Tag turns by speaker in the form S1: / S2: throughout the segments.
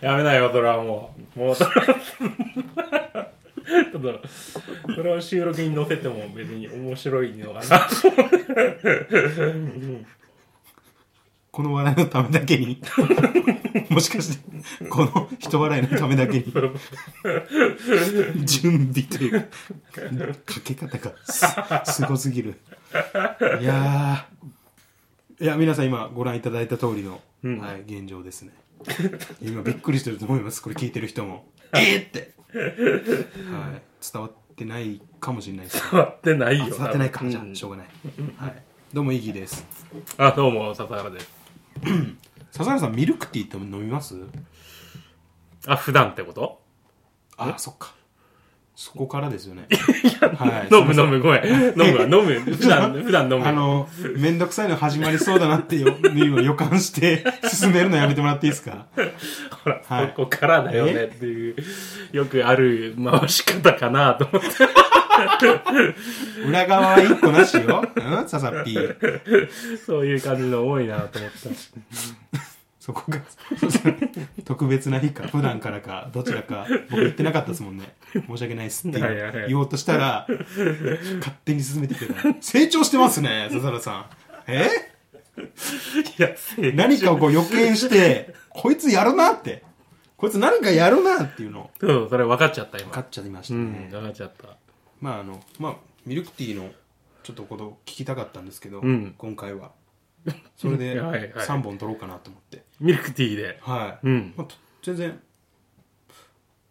S1: やめないよ、トラはもう。もう、トラただ、それを収録に載せても別に面白いのか な。
S2: この笑いのためだけに もしかしてこの人笑いのためだけに準備というかかけ方がすすごすぎるいやーいや皆さん今ご覧いただいた通りの、
S1: うん
S2: はい、現状ですね今びっくりしてると思いますこれ聞いてる人もえっって、はい、伝わってないかもしれないです
S1: 伝わってないよ。
S2: 伝わってないか、
S1: うん
S2: じゃあしょうがない、はい、どうもイギーです
S1: あ、どうも、笹原です。
S2: 笹原さんミルクティーって飲みます
S1: あ、普段ってこと
S2: あそっかそこからです よねはい
S1: 飲む飲む、ごめん。飲むわ、 飲む。普段、普段飲む。
S2: あのめんどくさいの始まりそうだなっていうのを予感して 進めるのやめてもらっていいですか
S1: ほら、
S2: はい
S1: そこからだよねっていう、よくある回し方かなと思って。
S2: 裏側は一個なしよ、うん、ササピー
S1: そういう感じの多いなと思った。
S2: そこが そうですね特別な日か普段からかどちらか僕言ってなかったですもんね申し訳ないっすって言
S1: いやいやいうや
S2: 言おうとしたら勝手に進めてくれた成長してますね笹原さんえ
S1: いや、せい
S2: 何かをこう予見して、こいつやるなって、こいつ何かやるなっていうのを
S1: そう、それ分かっちゃった、今。
S2: 分かっちゃいまし
S1: う
S2: た
S1: ん、
S2: ね。
S1: 分かっちゃった。
S2: まああの、まあ、ミルクティーのちょっとことを聞きたかったんですけど、
S1: うん
S2: 今回は。それで
S1: はいはい
S2: 3本取ろうかなと思って。
S1: ミルクティーで。
S2: はい。
S1: うん。
S2: まあ、と全然、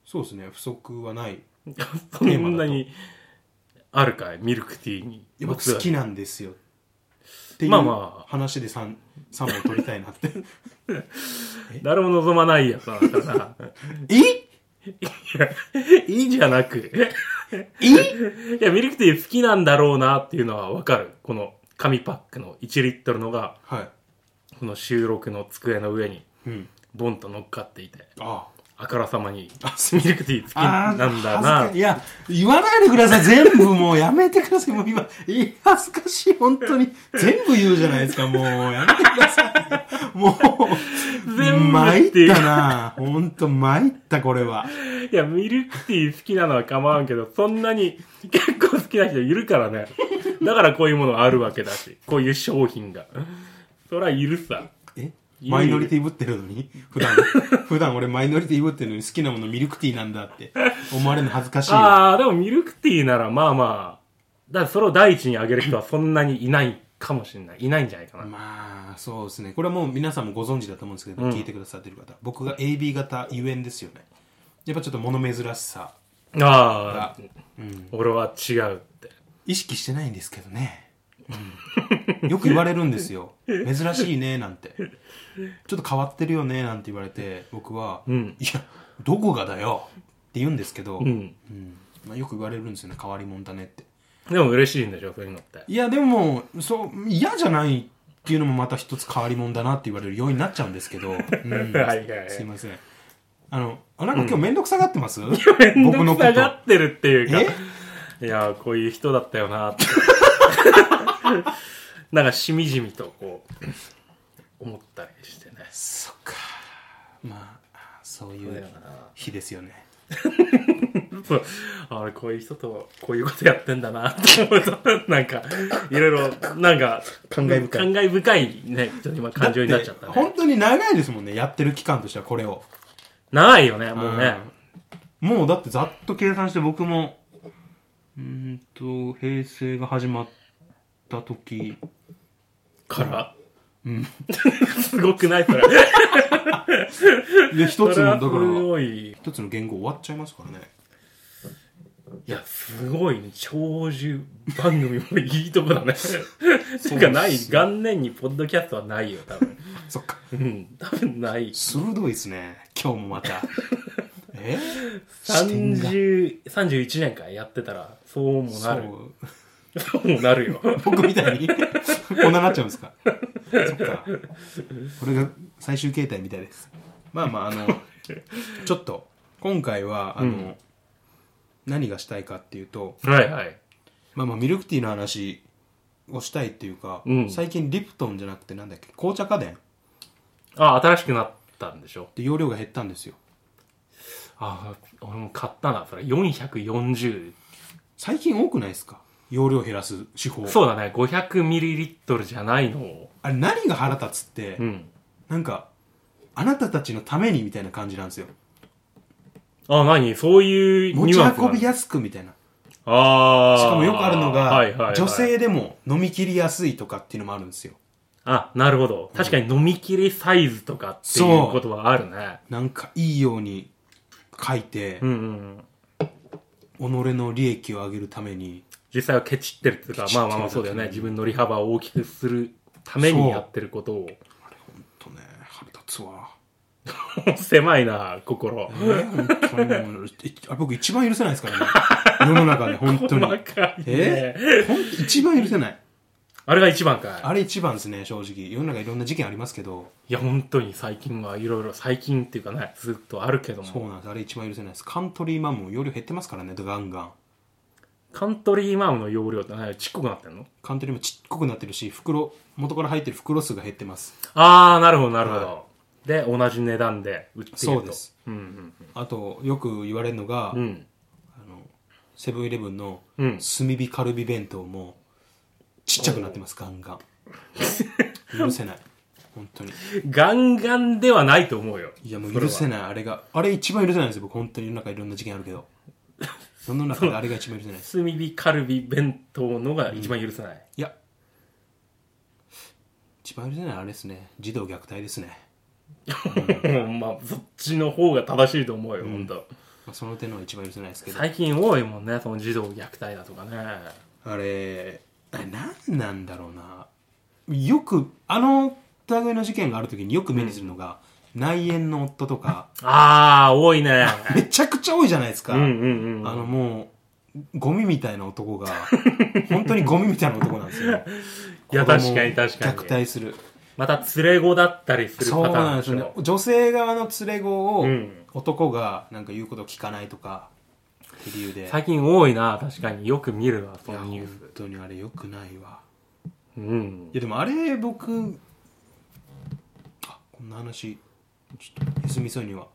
S2: そうですね、不足はない。い
S1: そんなに、あるかいミルクティーに。
S2: や僕好きなんですよ。っていう
S1: まあまあ
S2: 話で 3, 三本取りたい なって。
S1: 誰も望まないやつなんだ から
S2: え
S1: いいじゃなく。
S2: え
S1: いや、ミルクティー好きなんだろうなっていうのは分かる。この紙パックの1リットルのが、
S2: はい。
S1: この収録の机の上に、
S2: うん。
S1: ボンと乗っかっていて、
S2: ああ。
S1: あからさまに、
S2: あす
S1: ミルクティー好きな
S2: あー
S1: んだ
S2: 恥ず
S1: な
S2: か。いや、言わないでください。全部もうやめてください。もう今、い恥ずかしい。本当に。全部言うじゃないですか。もうやめてください。もう、
S1: 全部
S2: 参
S1: っ
S2: って
S1: いう
S2: たな。本当参った、これは。
S1: いや、ミルクティー好きなのは構わんけど、そんなに 結構好きな人いるからね。だからこういうものあるわけだし、こういう商品が。そりゃいるさ。
S2: え
S1: いい
S2: マイノリティぶってるのに普段、普段俺マイノリティぶってるのに好きなものミルクティーなんだって思われるの恥ずかしいわ。
S1: ああ、でもミルクティーならまあまあ、だからそれを第一にあげる人はそんなにいないかもしれない。いないんじゃないかな。
S2: まあ、そうですね。これはもう皆さんもご存知だと思うんですけど、
S1: うん
S2: 聞いてくださってる方。僕が AB 型ゆえんですよね。やっぱちょっと物珍しさ
S1: ああ
S2: が、、うん、
S1: 俺は違うって。
S2: 意識してないんですけどね、よく言われるんですよ珍しいねなんてちょっと変わってるよねなんて言われて僕は、
S1: うん
S2: いやどこがだよって言うんですけど、
S1: うん。
S2: うんまあ、よく言われるんですよね変わり者だねって
S1: でも嬉しいんでしょ、そういうのって。
S2: いやでもそう嫌じゃないっていうのもまた一つ変わり者だなって言われるようになっちゃうんですけ ど、う
S1: は
S2: ん
S1: いはいはい
S2: すいませんあのあなんか今日面倒くさがっ てます、
S1: 面
S2: 僕の
S1: 倒く
S2: こ
S1: さが
S2: と
S1: ってるっていうか、いやーこういう人だったよなー って。なんかしみじみとこう、思ったりしてね。
S2: そっかまあそうい
S1: そうだよ
S2: う日ですよね
S1: なそう あれこういう人とこういうことやってんだなって思うと、 なんか、いろいろ、なんか、
S2: 感慨深い
S1: 感慨深いね、ちょっと今感情になっちゃった
S2: だて
S1: ね
S2: 本。当に長いですもんねやってる期間としてはこれを
S1: 長いよね、もうね。
S2: もうだってざっと計算して僕もうーんと平成が始まった時
S1: から。
S2: うん
S1: すごく ないそれ。
S2: で一つのだか
S1: それはす
S2: ら
S1: ごい。
S2: 一つの言語終わっちゃいますからね
S1: いや、すごいね。長寿番組もいいとこだね。てか、ない、元年にポッドキャストはないよ、多分。
S2: そっか
S1: うん、多分ない。
S2: 鋭いですね今日もまた え視点が
S1: 30 31年間やってたら、そうもなる。
S2: そう
S1: そうもな るよ。
S2: 僕みたいにこんななっちゃうんですかそっかこれが最終形態みたいですまあまああのちょっと今回はあの、
S1: うん
S2: 何がしたいかっていうと
S1: はいはい。
S2: まあまあミルクティーの話をしたいっていうか、
S1: うん
S2: 最近リプトンじゃなくてなんだっけ紅茶家電
S1: あ、新しくなっったんでしょ
S2: で容量が減ったんですよ
S1: ああ俺も買ったなそれ440
S2: 最近多くないですか容量減らす手法
S1: そうだね 500ml じゃないのを
S2: あれ何が腹立つって、
S1: うん
S2: なんかあなたたちのためにみたいな感じなんですよ
S1: あ何そういう
S2: 持
S1: ニ
S2: ち
S1: ュアンスなの
S2: 運びやすくみたいな
S1: ああ
S2: しかもよくあるのが、
S1: はいはいはい
S2: 女性でも飲み切りやすいとかっていうのもあるんですよ
S1: あなるほど確かに飲み切りサイズとかっていうことはあるね
S2: なんかいいように書いて、
S1: うんうんうん
S2: 己の利益を上げるために
S1: 実際はケチってるっていうか
S2: ケチって
S1: ま
S2: る
S1: あまあまあそうだよ
S2: う
S1: ね
S2: ん
S1: 自分の利幅を大きくするためにやってること を
S2: とね腹立つわ
S1: 狭いな心
S2: えー本当にもういあ僕一番許せないですからね世 の中で本当
S1: 細
S2: に
S1: かいね
S2: えーほん一番許せない
S1: あれが一番かい
S2: あれ一番ですね正直世の中いろんな事件ありますけど
S1: いや本当に最近はいろいろ最近っていうかねずっとあるけど
S2: そう
S1: も
S2: なんですあれ一番許せないですカントリーマンも容量減ってますからねガンガン
S1: カントリーマームの容量って何ちっこくなってんの
S2: カントリーもちっこくなってるし袋元から入ってる袋数が減ってます
S1: ああなるほどなるほど、
S2: は
S1: で同じ値段で売っていると
S2: そうです
S1: うんうん
S2: あとよく言われるのが、
S1: うんうん
S2: あのセブンイレブンの
S1: うん
S2: 炭火カルビ弁当もちっちゃくなってますガンガン許せない本当に
S1: ガンガンではないと思うよ
S2: いやもう許せ
S1: ない
S2: ないあれがあれ一番許せないんですよ僕本当に世の中いろんな事件あるけど世の中であれが一番許せないです
S1: 炭火カルビ弁当のが一番許せない、
S2: いや一番許せないのはあれですね児童虐待ですね、
S1: まあそっちの方が正しいと思うよ、本当
S2: まあ、その点のが一番許せないですけど
S1: 最近多いもんねその児童虐待だとかね
S2: あれあれ何なんだろうなよくあの疑いの事件がある時によく目にするのが、内縁の夫とか
S1: ああ多いね
S2: めちゃくちゃ多いじゃないですか、
S1: うんうんうん
S2: あのもうゴミみたいな男が本当にゴミみたいな男なんですよ
S1: いや
S2: 子供
S1: 確
S2: を
S1: かに確かに
S2: 虐待する
S1: また連れ子だったりする
S2: そう
S1: パター
S2: な
S1: ン
S2: ん
S1: で
S2: です
S1: しょ
S2: よね女性側の連れ子を
S1: うん
S2: 男がなんか言うことを聞かないとかって理由で
S1: 最近多いな確かによく見るわそ
S2: いや
S1: のニュー
S2: 本
S1: ス
S2: 当にあれ良くないわ
S1: うん
S2: いやでもあれ僕あこんな話ちょっと泉そうには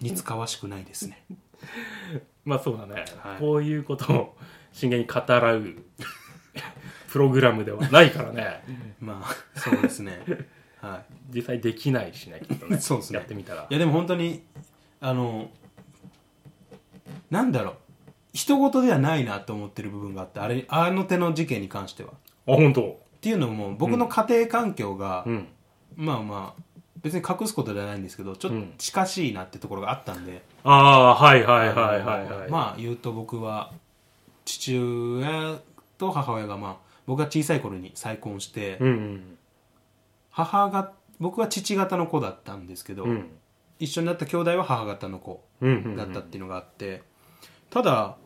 S2: 似つかわしくないで すね
S1: まあそうだね、
S2: はい
S1: こういうことを真剣に語らう プログラムではないからね
S2: まあそうですねは
S1: 実際できないしねきっとね
S2: そうですね
S1: やってみたら
S2: いいやでも本当にあのなんだろう人事ではないなと思ってる部分があってあれあの手の事件に関してはっ
S1: あ本当
S2: ていうのも僕の家庭環境が、
S1: うん
S2: まあまあ別に隠すことではないんですけどちょっと近しいなってところがあったんで、
S1: ああはいはいはいはいはい
S2: まあ言うと僕は父親と母親がまあ僕が小さい頃に再婚して、
S1: うん
S2: 母が僕は父方の子だったんですけど、
S1: うんうん
S2: 一緒になった兄弟は母方の子
S1: うんうんうん
S2: だったっていうのがあって、ただ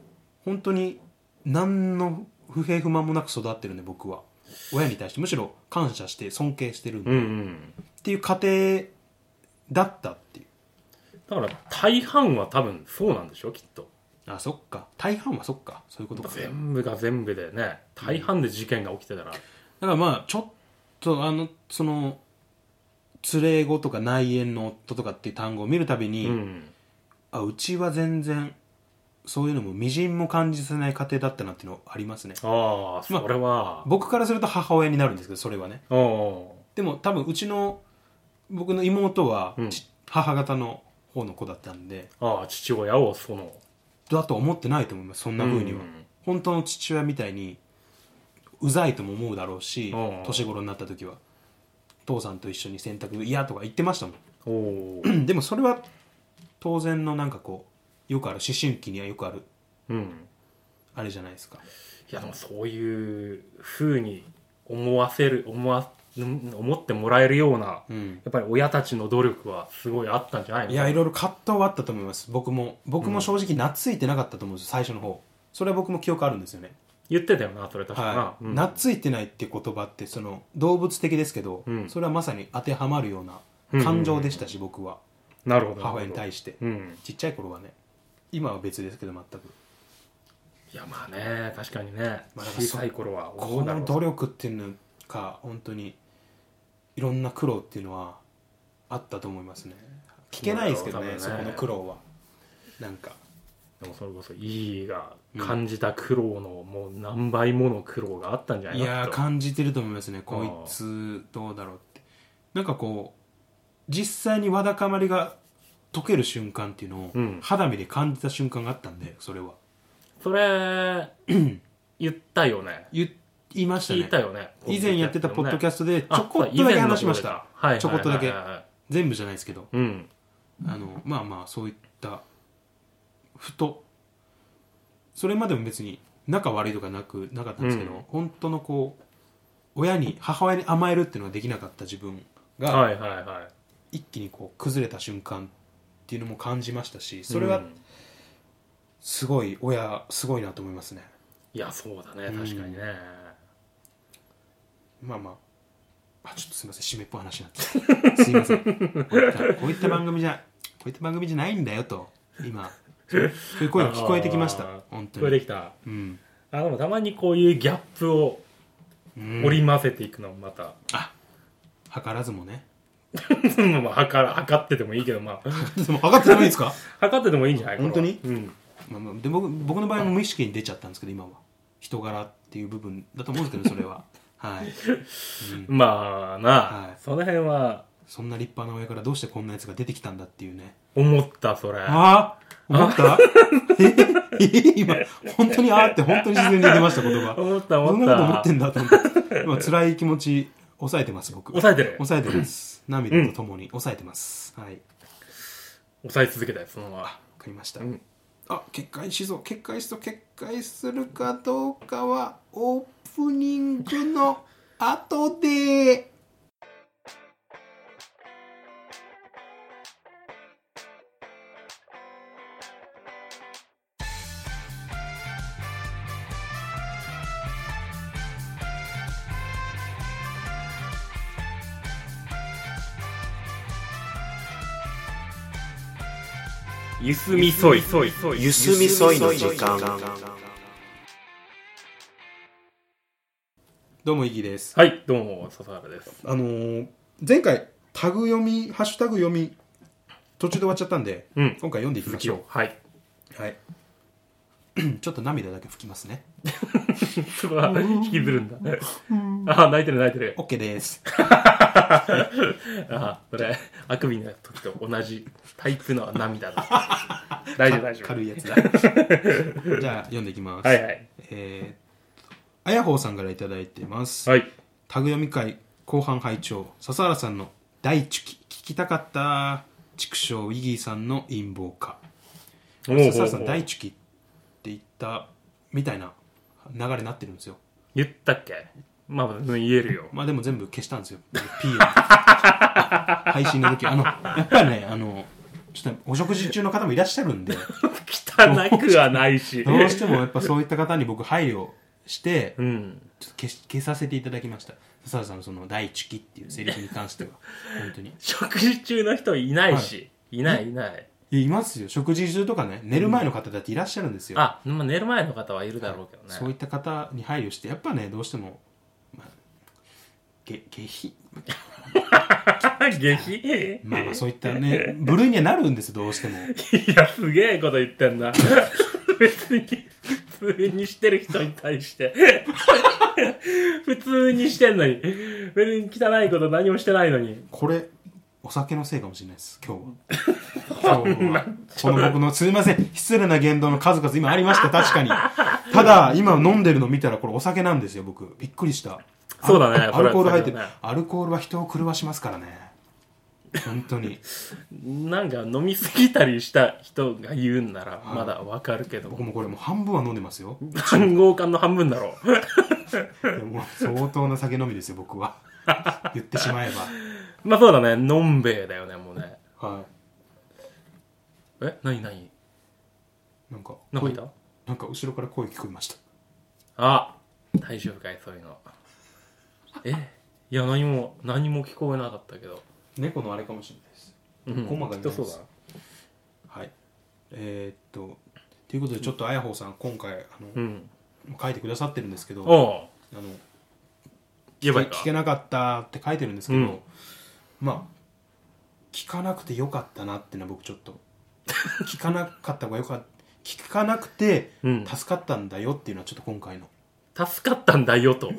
S2: 本当に何の不平不満もなく育ってるんで僕は親に対してむしろ感謝して尊敬してるんで
S1: うんうん
S2: っていう家庭だったっていう
S1: だから大半は多分そうなんでしょきっと
S2: あそっか大半はそっかそういうことかだか
S1: 全部が全部でね大半で事件が起きてたら
S2: らまあちょっとあのその連れ子とか内縁の夫とかっていう単語を見るたびに、
S1: うん
S2: あうちは全然そういうのも微塵も感じさせない家庭だったなっていうのありますね
S1: ああそれは、
S2: 僕からすると母親になるんですけどそれはね
S1: おお
S2: でも多分うちの僕の妹は、
S1: うん
S2: ち母方の方の子だったんで
S1: ああ父親をその
S2: だと思ってないと思いますそんな風には、
S1: うん
S2: 本当の父親みたいにうざいとも思うだろうし、
S1: うん
S2: 年頃になった時は父さんと一緒に洗濯嫌とか言ってましたも
S1: おお
S2: ん でもそれは当然のなんかこうよくある思春期にはよくある
S1: うん
S2: あれじゃないですか
S1: いやでもそういうふうに思わせる思わん思ってもらえるような
S2: うん
S1: やっぱり親たちの努力はすごいあったんじゃないの
S2: いやいろいろ葛藤はあったと思います僕も僕も正直懐いてなかったと思うんです最初の方それは僕も記憶あるんですよね
S1: 言ってたよなそれ確かな、
S2: はい、
S1: うん
S2: 懐いてないって言葉ってその動物的ですけど、
S1: うん
S2: それはまさに当てはまるよう
S1: うん
S2: な感情でしたし、僕は
S1: なるほど
S2: 母親に
S1: して
S2: 対して、
S1: うん
S2: ちっちゃい頃はね今は別ですけど全く
S1: いやまあね確かにね、
S2: まあだから
S1: 小さい頃は思
S2: こ
S1: うだろう
S2: の努力っていうのか本当にいろんな苦労っていうのはあったと思いますね聞けないですけどね
S1: 多分ね
S2: そこの苦労はなんか
S1: でもそれこそ E が感じた苦労の、もう何倍もの苦労があったんじゃないいか
S2: やー
S1: と
S2: 感じてると思いますねこいつどうだろうってなんかこう実際にわだかまりが溶ける瞬間っていうのを
S1: うん
S2: 肌身で感じた瞬間があったんでそれは
S1: そ れ言ったよね
S2: 言いました
S1: 聞い
S2: ね
S1: たよね
S2: 以前やってたポッドキャ
S1: ス
S2: ストでちょこっとだけ話しました
S1: はい
S2: ちょこっとだけ
S1: はいはいはいはい
S2: 全部じゃないですけど
S1: うん
S2: あのまあまあそういったふとそれまでも別に仲悪いとかなくなかったんですけど、
S1: うん
S2: 本当のこう親に母親に甘えるっていうのができなかった自分が、
S1: はいはいはい
S2: 一気にこう崩れた瞬間っていうのも感じましたしそれは
S1: うん
S2: すごい親すごいなと思いますね、
S1: いやそうだね確かにね、
S2: まあまああちょっとすいません締めっぽい話になっ てすいませんこういったこういった番組じゃこういった番組じゃないんだよと今そういう声が聞こえてきまし
S1: あ
S2: た
S1: ー
S2: 本当
S1: これ
S2: に
S1: できた
S2: うん
S1: あでもたまにこういうギャップを
S2: うん
S1: 織り交ぜていくのもまた、
S2: あ測らずもね
S1: まあ測ら測っててもいいけどまあ
S2: でも測ってダメですか、
S1: 測っててもいいんじゃないこれは
S2: 本当に
S1: うん
S2: まあまあ、で僕僕の場合も無意識に出ちゃったんですけど今は人柄っていう部分だと思うんですけどそれははい、うん、
S1: まあな、
S2: はい
S1: その辺は
S2: そんな立派な親からどうしてこんなやつが出てきたんだっていうね
S1: 思ったそれ
S2: ああ思ったええ今本当にああって本当に自然に出ました言葉
S1: 思った
S2: そん
S1: 思っ
S2: なこと思ったてんだと思って今辛い気持ち抑えてます僕
S1: 抑えてる
S2: 抑えてます涙とともに抑えてます、はいわ
S1: 抑え続けたよそのまま
S2: かりました、
S1: うん
S2: あ決壊しそう決壊しそう決壊するかどうかはオープニングの後で
S1: ゆすみそいそいそい
S3: ゆすみそいの時間
S2: どうもイギです
S1: はいどうも笹原です
S2: あのー前回タグ読みハッシュタグ読み途中で終わっちゃったんで、
S1: うん
S2: 今回読んでいき
S1: 続
S2: ま
S1: き
S2: しょ
S1: を はい
S2: うはい ちょっと涙だけ拭きますね
S1: そこは引きずるんだあ泣いてる泣いてる
S2: OK です
S1: あそれあくびの時と同じタイプの涙だ 大丈夫大丈夫
S2: 軽いや つだじゃあ読んでいきます、
S1: はいはい
S2: えーあやほうさんからいただいてます、
S1: はい
S2: タグ読み会後半拝聴笹原さんの「大チュキ」聞きたかった畜生ウィギーさんの陰謀か
S1: おうおうおう
S2: 笹原さん「大チュキ」って言ったみたいな流れになってるんですよ
S1: 言ったっけまあうん言えるよ
S2: まあでも全部消したんですよ P を配信の時あのやっぱりねあのちょっとお食事中の方もいらっしゃるんで
S1: 汚くはないし
S2: どうしてもやっぱそういった方に僕配慮して
S1: うん
S2: ちょっと消し消させていただきました笹原さんのその「大チュキ」っていうセリフに関しては本当に
S1: 食事中の人いないし、い、ないいない
S2: いやいますよ食事中とかね寝る前の方だっていらっしゃるんですよ、
S1: あまあ寝る前の方はいるだろうけどね、
S2: そういった方に配慮してやっぱねどうしても、まあ、げ下品
S1: 下品
S2: まあ まあそういったね部類にはなるんですよどうしても
S1: いやすげえこと言ってんな 別に普通にしてる人に対して 普通にしてんのに別に汚いこと何もしてないのに
S2: これお酒のせいかもしれないです今日は今日 はこの僕のすいません失礼な言動の数々今ありました確かにただ今飲んでるの見たらこれお酒なんですよ僕びっくりしたあ
S1: そうだね
S2: アルコール入って
S1: こ
S2: る
S1: れは酒
S2: アルコールは人を狂わしますからね本当に
S1: なんか飲みすぎたりした人が言うんならまだわかるけど
S2: 僕もこれもう半分は飲んでますよ
S1: 暗号館の半分だろう
S2: でも相当な酒飲みですよ僕は言ってしまえ
S1: まあそうだねのんべえだよねもうね
S2: ばは
S1: え何何
S2: いなんか
S1: なんかいた
S2: なんか後ろから声聞こえました
S1: あ大丈夫かいそういうのえいや何も何も聞こえなかったけど、
S2: 猫のあれかもしれないです
S1: うん、
S2: コマがい
S1: きっ
S2: ない
S1: と
S2: です
S1: そうだな
S2: はいえーっとということでちょっとあやほうさん今回あ
S1: う
S2: の、
S1: ん
S2: 書いてくださってるんですけどあ
S1: おう
S2: の
S1: 言えばいい
S2: 聞け
S1: か
S2: なかったって書いてるんですけど、
S1: うん
S2: まあ聞かなくてよかったなってのは僕ちょっと聞かなかった方がよかった聞かなくて
S1: うん
S2: 助かったんだよっていうのはちょっと今回の
S1: 助かったんだよ と。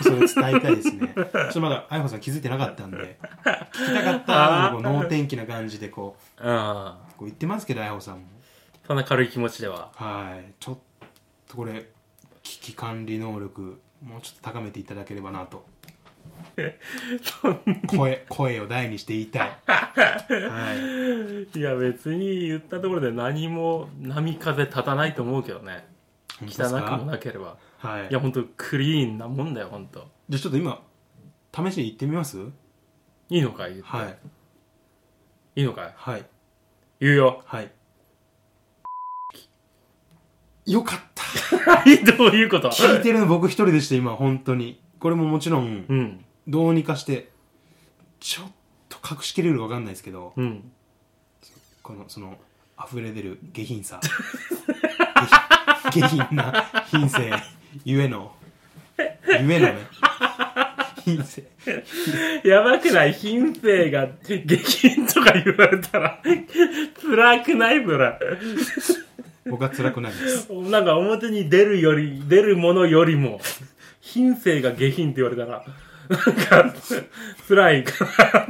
S2: それを伝えたいですねちょっとまだあやほさん気づいてなかったんで聞きたかったってこう能天気な感じでこう
S1: ああ、
S2: こう言ってますけどあやほさんも
S1: そんな軽い気持ちでは。
S2: はいちょっとこれ危機管理能力もうちょっと高めていただければな と声声を大にして言いたい、はい
S1: や、別に言ったところで何も波風立たないと思うけどね。
S2: い、
S1: 汚くも
S2: い、
S1: なければ。
S2: はい、
S1: いや、ほんとクリーンなもんだよ、ほんと。
S2: じゃあちょっと今試しに行ってみます
S1: いいのかい言って
S2: はい
S1: いいのかい
S2: はい
S1: 言うよ。
S2: はいよかった
S1: はい、 どういうこと
S2: 聞いてるの僕一人でした今本当にこれももちろん
S1: うん、
S2: どうにかしてちょっと隠しきれるか分かんないですけど
S1: うん。
S2: このその溢れ出る下品さ下品下品な品性ゆえのゆえのね品性
S1: やばくない品性が下品とか言われたら辛くないそら
S2: 僕は辛くないです
S1: なんか表に出るより出るものよりも品性が下品って言われたらなんか辛いから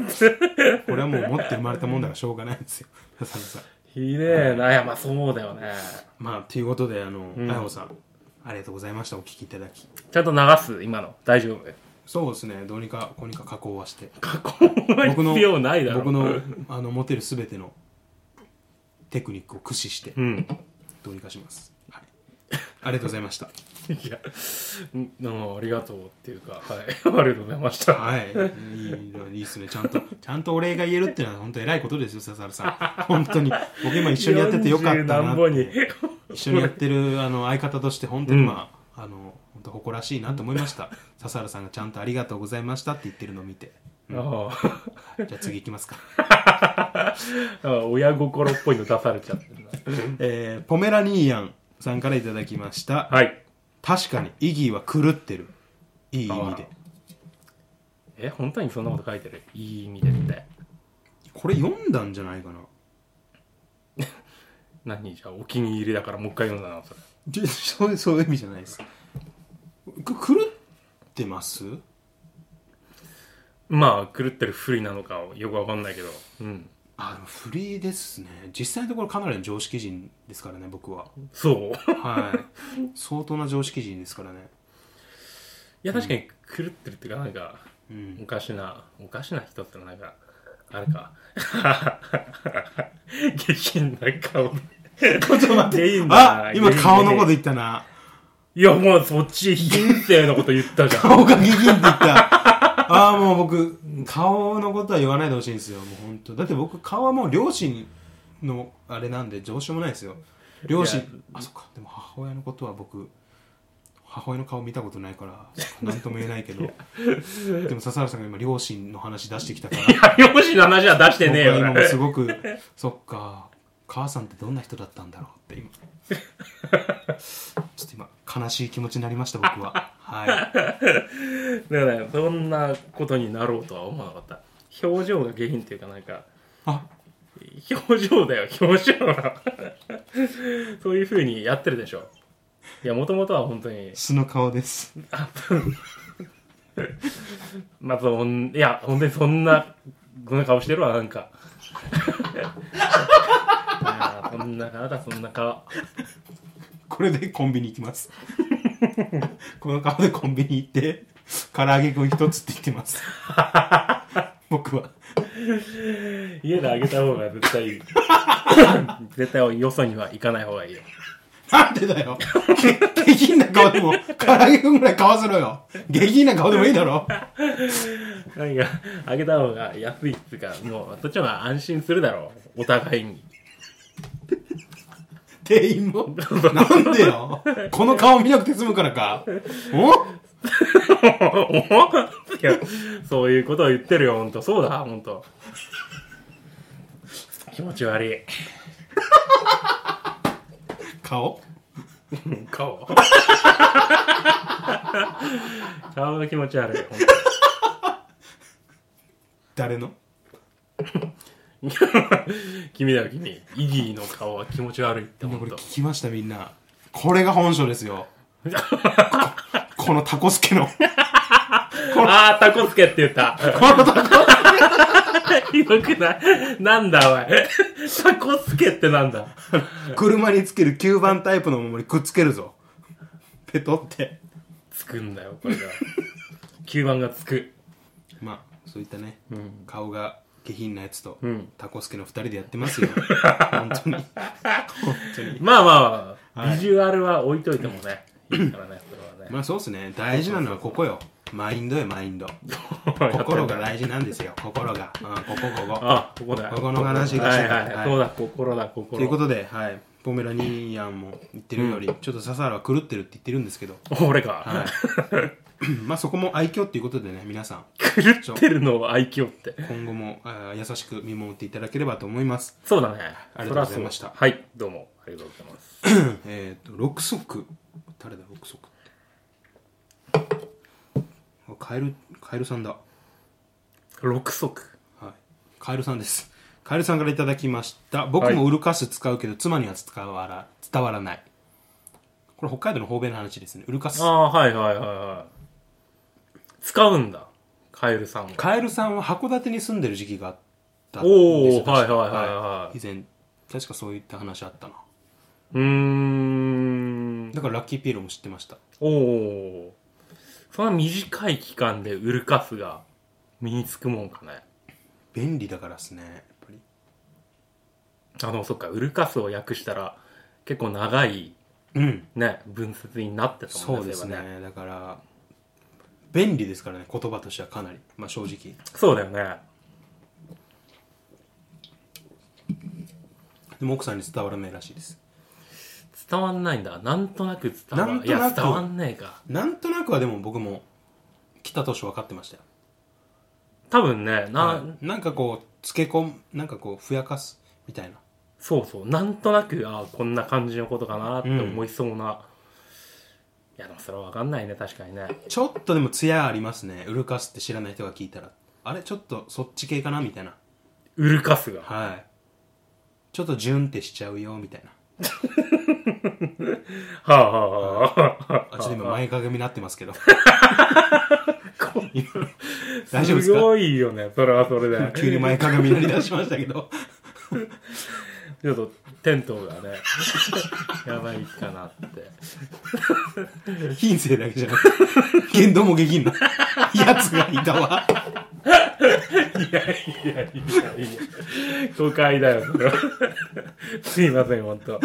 S2: これはもう持って生まれたもんだからしょうがないんですよ笹野さん
S1: ひねえなやまあそうだよね
S2: まあということであの
S1: ん
S2: あやほさんありがとうございましたお聞きいただき
S1: ちゃんと流す今の大丈夫
S2: そうですねどうにかこうにか加工はして
S1: 加工は
S2: 僕の
S1: 必要ないだろ
S2: 僕のあの持てるすべてのテクニックを駆使して
S1: うん
S2: どうにかします、はい、ありがとうございました
S1: いやうんどうもありがとうっていうかはいありがとうございました
S2: はい、 いいいいっすね、ちゃんと、ちゃんとお礼が言えるっていうのは、本当偉いことですよ、笹原さん。本当に、僕今一緒にやっててよかった
S1: 40
S2: な
S1: 何
S2: っ
S1: 本に
S2: て。一緒にやってる、あの、相方として、本当に、まあ、あの、本当誇らしいなと思いました。笹原さんがちゃんとありがとうございましたって言ってるのを見て。
S1: ああ
S2: じゃあ、次行きますか。
S1: あ親心っぽいの出されちゃってるな。
S2: えーポメラニーヤンさんからいただきました。
S1: はい。
S2: 確かに、イギーは狂ってる。いい意味で
S1: あ。え、本当にそんなこと書いてるいい意味でって。
S2: これ読んだんじゃないかな。
S1: 何じゃあお気に入りだからもう一回読んだな、それ。
S2: じゃそういうそういう意味じゃないですく狂ってます
S1: まあ、狂ってる不利なのかよくわかんないけど。うん。
S2: あでもフリーですね実際のところかなりの常識人ですからね僕は
S1: そう。い
S2: はい相当な常識人ですからね
S1: や、確かに狂ってるっていうか、なんか、
S2: うん
S1: おかしな、おかしな人ってのはなんか、あれ か。下品な顔で。
S2: ちょっと待
S1: って
S2: あ今顔のこ
S1: で。
S2: と言ったない
S1: や、もうそっち、品性のこと言ったじゃん。
S2: 顔がギギンって言った ああもう僕顔のことは言わないでほしいんですよもう本当だって僕顔はもう両親のあれなんでどうしようもないですよ両
S1: いや
S2: 親あそっかでも母親のことは僕母親の顔見たことないから何とも言えないけどでも笹原さんが今両親の話出してきたから
S1: いや、容姿の話は出してねえよ。
S2: 僕は今
S1: 俺
S2: もすごく そっか母さんってどんな人だったんだろうって 今ちょっと今悲しい気持ちになりました僕ははい
S1: だからそんなことになろうとは思わなかった表情が下品っていうかなんか
S2: あ
S1: 表情だよ表情がそういうふうにやってるでしょいやもともとは本当に
S2: 素の顔です
S1: あまあそんいや本当にそんなこんな顔してるわなんかいやそんな顔だそんな顔
S2: これでコンビニ行き ますこの顔でコンビニ行って唐揚げくん一つって言ってます 僕は
S1: 家であげた方が絶対いい絶対よそには行かない方がいいよ
S2: なんでだよげ下品な顔でも唐揚げくんぐらい顔するよ下品な顔でもいいだろ
S1: 何か、あげた方が安いっつうか、もう、そっちの方が安心するだろう。お互い に。
S2: 店員 もなんでよこの顔見なくて済むからかお
S1: おいやそういうことを言ってるよ、ほんと。そうだ、ほんと。気持ち悪
S2: 顔
S1: い。顔。顔が気持ち悪い。ほんと
S2: 誰の
S1: 君だよ、君。イギーの顔は気持ち悪いって
S2: 今
S1: 思
S2: これ
S1: っ
S2: 聞きましたみんなこれが本性です よここのタコスケのこ
S1: た。あー、タコつけって言った。
S2: のタコ
S1: よくない。なんだ、おい。タコつけってなんだ。
S2: 車につける吸盤タイプのお守りくっつけるぞペトって
S1: つくんだよ、これが。吸盤がつく。
S2: まあそういったね、
S1: ん
S2: 顔が下品なやつと、
S1: ん
S2: タコスケの二人でやってますよ本当に本当に
S1: まあまあ、ビジュアルは置いといても ね。いいからね、それはね。
S2: まあそうっすね大事なのはここよマインドよマインド心が大事なんですよ心が、うん、ここここ
S1: あ、ここだ。
S2: ここの話が
S1: は
S2: した
S1: い
S2: い
S1: はい
S2: は
S1: はいい。そうだ、心だ、心。
S2: ということで、はい、ポメラニアンも言ってるより、ちょっと笹原は狂ってるって言ってるんですけど、
S1: 俺か。
S2: はい まあそこも愛嬌っていうことでね皆さん
S1: 狂ってるのを愛嬌って。
S2: 今後もあー優しく見守っていただければと思います、
S1: そうだね。
S2: ありがとうございました
S1: そらそうはい、どうも。ありがとうございます。
S2: えっと六足誰だ六足ってあカエルカエルさんだ
S1: 六足。
S2: はいカエルさんですカエルさんからいただきました僕もウルカス使うけど妻には伝わら伝わらないこれ北海道の方便の話ですねウルカス
S1: ああ、はいはいはいはい。使うんだ。カエルさんは。
S2: カエルさんは函館に住んでる時期があったんです
S1: お
S2: よ
S1: おはい
S2: 確か
S1: はいはいはい
S2: 以前確かそういった話あったな
S1: うーん。
S2: だからラッキーピエロも知ってました
S1: おお。そんな短い期間でウルカスが身につくもんかね。
S2: 便利だからっすねやっぱり
S1: あの、そっか、ウルカスを訳したら結構長い
S2: うん
S1: ね、文節になってたもん
S2: そうですね。だから便利ですからね言葉としてはかなりまあ正直
S1: そうだよね。
S2: でも奥さんに伝わらないらしいです
S1: 伝わんないんだ。なんとなく伝わ
S2: なんとなく
S1: いや、伝わんねえか。
S2: なんとなくはでも僕も来た年分かってましたよ
S1: 多分ね、な、
S2: はいなんかこうつけ込むなんかこうふやかすみたいな
S1: そうそう、なんとなく、ああ、こんな感じのことかなって思いそうな。いや、でもそれはわかんないね、確かにね。
S2: ちょっとでも艶ありますねウルカスって知らない人が聞いたらあれちょっとそっち系かなみたいな
S1: ウルカスが。
S2: はいちょっとジュンってしちゃうよみたいな
S1: はあ、はあはあ、は
S2: あちょっと今前かがみになってますけ ど今
S1: あ、
S2: 大丈夫ですか
S1: ごいよね、それはそれで。
S2: 急に前かがみになりだしましたけど
S1: ちょっと、テントがね、やばいかなって。
S2: 品性だけじゃなくて言動も下品なやつがいたわ
S1: いやいやいやいや、誤解だよ、それはすいません、ほんと。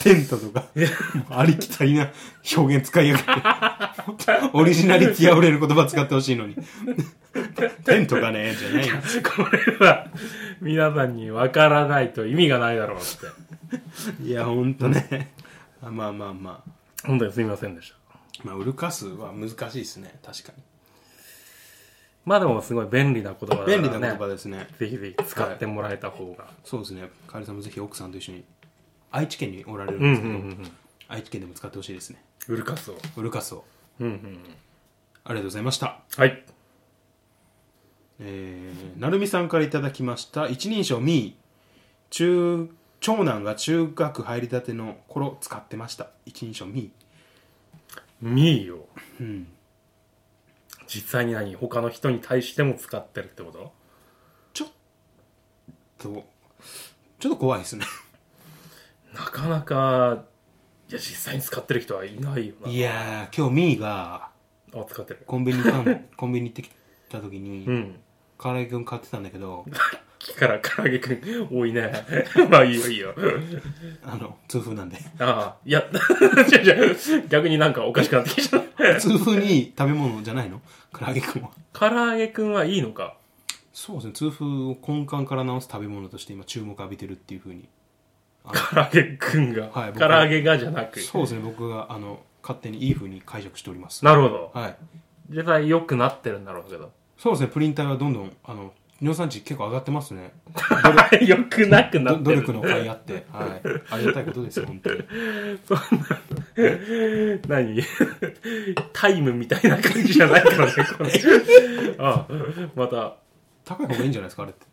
S2: テントとかもうありきたりな表現使いやがってオリジナリティあふれる言葉使ってほしいのにテントがねじゃないよ
S1: これは、皆さんにわからないと意味がないだろうって。
S2: いやほんとねあまあまあまあ
S1: 本当にすいませんでした。
S2: まあウルカスは難しいですね確かに
S1: まあでもすごい便利な言葉だからね。
S2: 便利な言葉ですね
S1: ぜひぜひ使ってもらえた方が。
S2: そうですねカエルさんもぜひ奥さんと一緒に愛知県におられるん
S1: うん
S2: で
S1: う
S2: す
S1: ん
S2: け
S1: う
S2: ど、
S1: ん
S2: 愛知県でも使ってほしいですね
S1: うん。ウルカスを。
S2: ウルカスを
S1: うんうんうん。
S2: ありがとうございました
S1: はい。
S2: えー、なるみさんからいただきました一人称みー中長男が中学入りたての頃使ってました一人称み
S1: ミーを。
S2: ーうん
S1: 実際に何他の人に対しても使ってるってこと
S2: ちょっとちょっと怖いですね
S1: なかなか、いや、実際に使ってる人はいないよな。
S2: いやー今日みーが
S1: あ、使ってる。
S2: コンビニ行 ったのコンビニ行ってきた時に
S1: うん。
S2: 唐揚げくん買ってたんだけど
S1: 木から唐揚げくん、多いね。 まあいいよいいよ。
S2: あの痛風なんで
S1: ああ、いや、違う違う。逆になんかおかしくなってきちゃった。
S2: 痛風に食べ物じゃないの唐揚げくんは
S1: 唐揚げくんはいいのか
S2: そうですね痛風を根幹から治す食べ物として今注目浴びてるっていうふうに
S1: 唐揚げくんが。
S2: はい僕
S1: 唐揚げがじゃなく。
S2: そうですね僕があの勝手にいい風に解釈しております
S1: なるほど。
S2: はい
S1: 実際良くなってるんだろうけど。
S2: そうですねプリン体はどんどんあの尿酸値結構上がってますね
S1: 良くなくな
S2: ど
S1: っ
S2: 努
S1: てる
S2: 力。の甲斐あって、はい、ありがたいことですよ本当に
S1: 何タイムみたい な感じじゃないからね、これ。ああ、また。
S2: 高い方がいいんじゃないですかあれって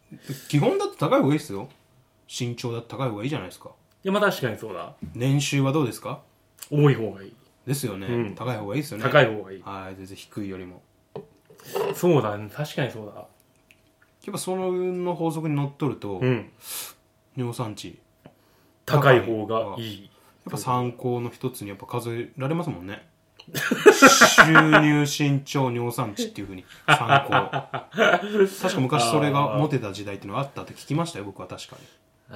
S2: 基本だって高い方がいいですよ身長だって高い方がいいじゃないですか
S1: や、まあ確かにそうだ。
S2: 年収はどうですか
S1: 多い方がいい。
S2: ですよね、
S1: うん
S2: 高い方がいいですよね
S1: 高い方がいい。
S2: はい全然低いよりも
S1: そうだね。確かにそうだ。
S2: やっぱその法則にのっとると、
S1: うん。
S2: 尿酸値
S1: 高い方がいい。
S2: やっぱ参考の一つにやっぱ数えられますもんね収入身長尿酸値っていうふうに参考確か昔それがモテた時代っていうのがあったって聞きましたよ僕は確かに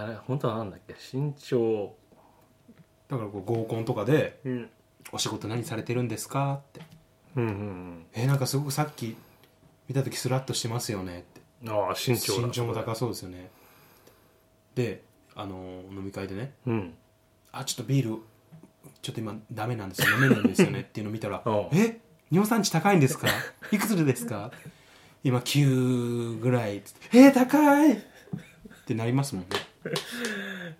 S1: あれ、本当はなんだっけ身長。
S2: だからこう合コンとかで
S1: うん。
S2: 「お仕事何されてるんですか?」って
S1: うんうん
S2: 「えなんかすごくさっき見た時スラッとしてますよね」って
S1: うん。ああ、身長だ。
S2: 身長も高そうですよねであのー飲み会でね
S1: うん。
S2: あちょっとビールちょっと今ダメなんですよ飲めないんですよねっていうの見 たら
S1: うん
S2: 「え尿酸値高いんですかいくつですか?」今9ぐらいっつって「えー、高い!」ってなりますもんね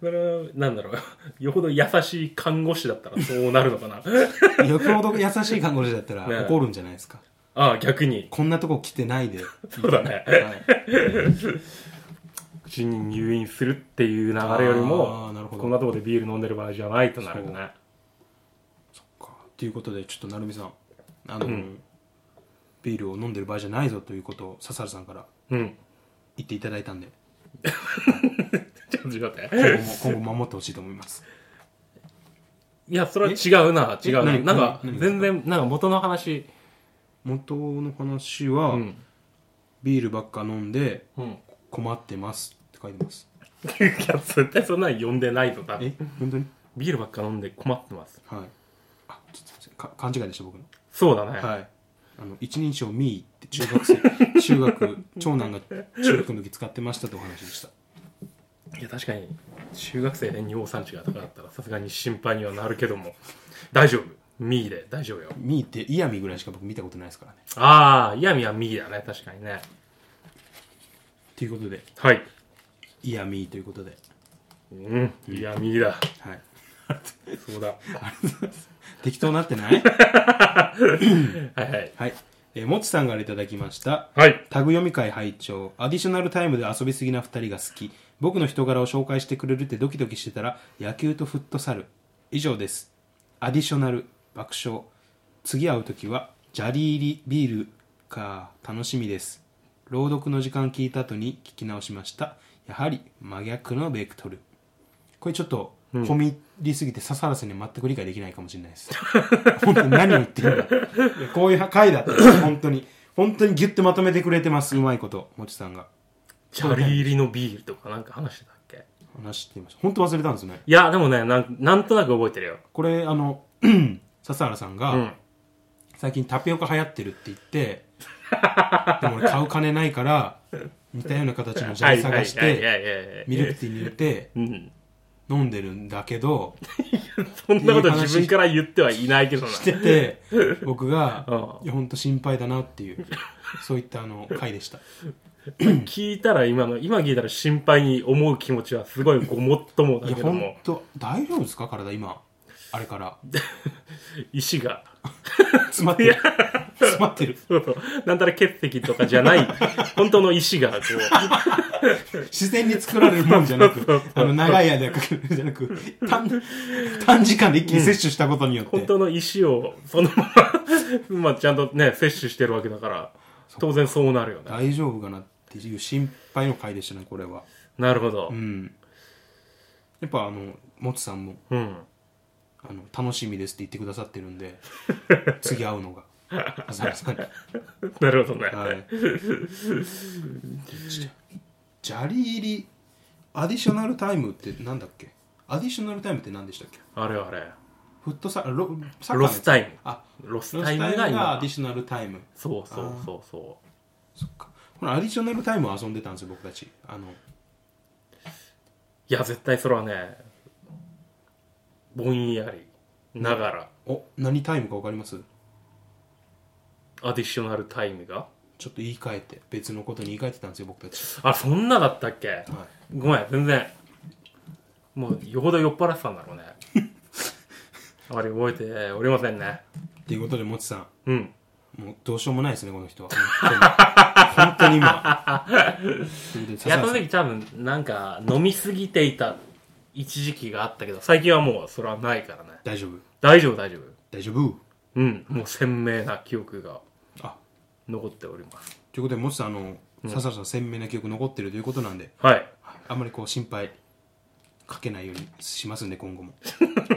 S1: それは、なんだろう。 よほど優しい看護師だったらそうなるのかな。
S2: よくほど優しい看護師だった
S1: ねえ
S2: ら怒るんじゃないですか
S1: ああ、逆に。
S2: こんなとこ来てないで、は
S1: そうだね。
S2: い、
S1: うちに入院するっていう流れより
S2: あ
S1: も
S2: ーなるほど
S1: こんなところでビール飲んでる場合じゃないとなるね
S2: かということでちょっと成美さんあの、ビールを飲んでる場合じゃないぞということを笹原さんから
S1: うん
S2: 言っていただいたんで
S1: ちょっと待っ
S2: 今
S1: て
S2: 後も今後守ってほしいと思います
S1: いやそれは違うな違うな
S2: え何
S1: なんか
S2: 何
S1: 全
S2: 何
S1: 然なんか元の話
S2: 元の話は、
S1: うん
S2: ビールばっか飲んで
S1: うん い
S2: 困ってますって書いてます
S1: や絶対そんなの呼んでないとか
S2: え本当に
S1: ビールばっか飲んで困ってます
S2: はいあちょっとすいませんか勘違いでした僕の
S1: そうだね、
S2: はいあの一人称ミーって中学 生中学長男が中学の時使ってましたってお話でした
S1: い、や確かに中学生で尿酸値が高かったらさすがに心配にはなるけども大丈夫ミーで大丈夫よ
S2: ミーってイヤミぐらいしか僕見たことないですからね
S1: ああ嫌味はミーだね確かにね
S2: ということで
S1: はい
S2: イヤミーということで
S1: うん嫌味だ
S2: はい
S1: そう だ
S2: 適当になってない
S1: はいはい
S2: はい、えー、もちさんからいただきました
S1: はい
S2: タグ読み会拝聴アディショナルタイムで遊びすぎな2人が好き僕の人柄を紹介してくれるってドキドキしてたら野球とフットサル以上ですアディショナル爆笑次会う時はジャリ入りビールか楽しみです朗読の時間聞いた後に聞き直しましたやはり真逆のベクトルこれちょっと込み入りすぎて笹原さんには全く理解できないかもしれないです。 本当に何を言って るんだ。いやこういう回だったんです本当に。本当にギュッとまとめてくれてます。うまいこと、もちさんが。
S1: チャリ入りのビールとかなんか話してたっけ
S2: 話していました。本当忘れたんですね。
S1: いや、でもね、なんなんとなく覚えてるよ。
S2: これ、あの、 笹原さんが、
S1: うん。
S2: 最近タピオカ流行ってるって言って、でも俺買う金ないから、似たような形のジャ
S1: は
S2: ム
S1: い
S2: 探し
S1: はい
S2: て、
S1: はいはいはいはい
S2: ミルクティーに入れて
S1: うん。
S2: 飲んでるんだけど、
S1: そんなこと自分から言ってはいないけどな。
S2: して て、僕が
S1: う、
S2: いや、本当心配だなっていう、そういった あの、回でした。
S1: 聞いたら今の、今聞いたら心配に思う気持ちはすごいごもっともだ
S2: い
S1: け
S2: や、
S1: ど
S2: 本
S1: も、
S2: 当大丈夫ですか体今。あれ から。
S1: 石が、
S2: 詰まってる。詰まってる。
S1: そうそう、 なんたら血石とかじゃない、 本当の石が、こう、
S2: 自然に作られるもんじゃなく
S1: そうそう、
S2: あの、長い間かけるじゃなく、短、短時間で一気に摂取したことによって。
S1: 本当の石をそのまま、 まあちゃんとね、摂取してるわけだから、当然そうなるよね。
S2: 大丈夫かなっていう心配の回でしたね、これは。
S1: なるほど
S2: う。ん。やっぱあの、もつさんも、
S1: うん。
S2: あの、楽しみですって言ってくださってるんで、次会 うのが。浅原さんに。
S1: なるほどね。
S2: はい。 ジャリ入り、アディショナルタイムってなんだっけアディショナルタイムって何でしたっけ
S1: あれあれ。
S2: フットサル、ロサッカーのやつ
S1: ロスタイム。
S2: あ、
S1: ロス
S2: ロス
S1: タ
S2: タ
S1: イ
S2: イ
S1: ム
S2: ム
S1: が
S2: がア
S1: 今
S2: ディ。ショナルタイム。
S1: そうそうそうそう。
S2: そっか。このアディショナルタイムを遊んでたんですよ、僕たち。あの、
S1: いや、絶対それはね、ぼんやりながら、
S2: お、何タイムかわかります
S1: アディショナルタイムが。
S2: ちょっと言い換えて、別のことに言い換えてたんですよ、僕たち。
S1: あ、そんなだったっけ
S2: は
S1: ごめん、全然。もう、よほど酔っ払ってたんだろう ね。あまり覚えておりませんね。
S2: い。ということで、もちさ
S1: うん。
S2: ん、もうどうしようもないですね、この人は。本当に 今。それで
S1: いや、その時多分、なんか、飲みすぎていた一時期があったけど、最近はもう、それはないからね。
S2: 大丈夫。
S1: 大丈夫、大丈夫。
S2: 大丈夫。
S1: うん、もう鮮明な記憶が
S2: あ、
S1: 残っております。
S2: ということで、もしあの、笹野さん鮮明な記憶残ってるということなんで、
S1: はい。
S2: あんまりこう心配かけないようにしますんで、今後も。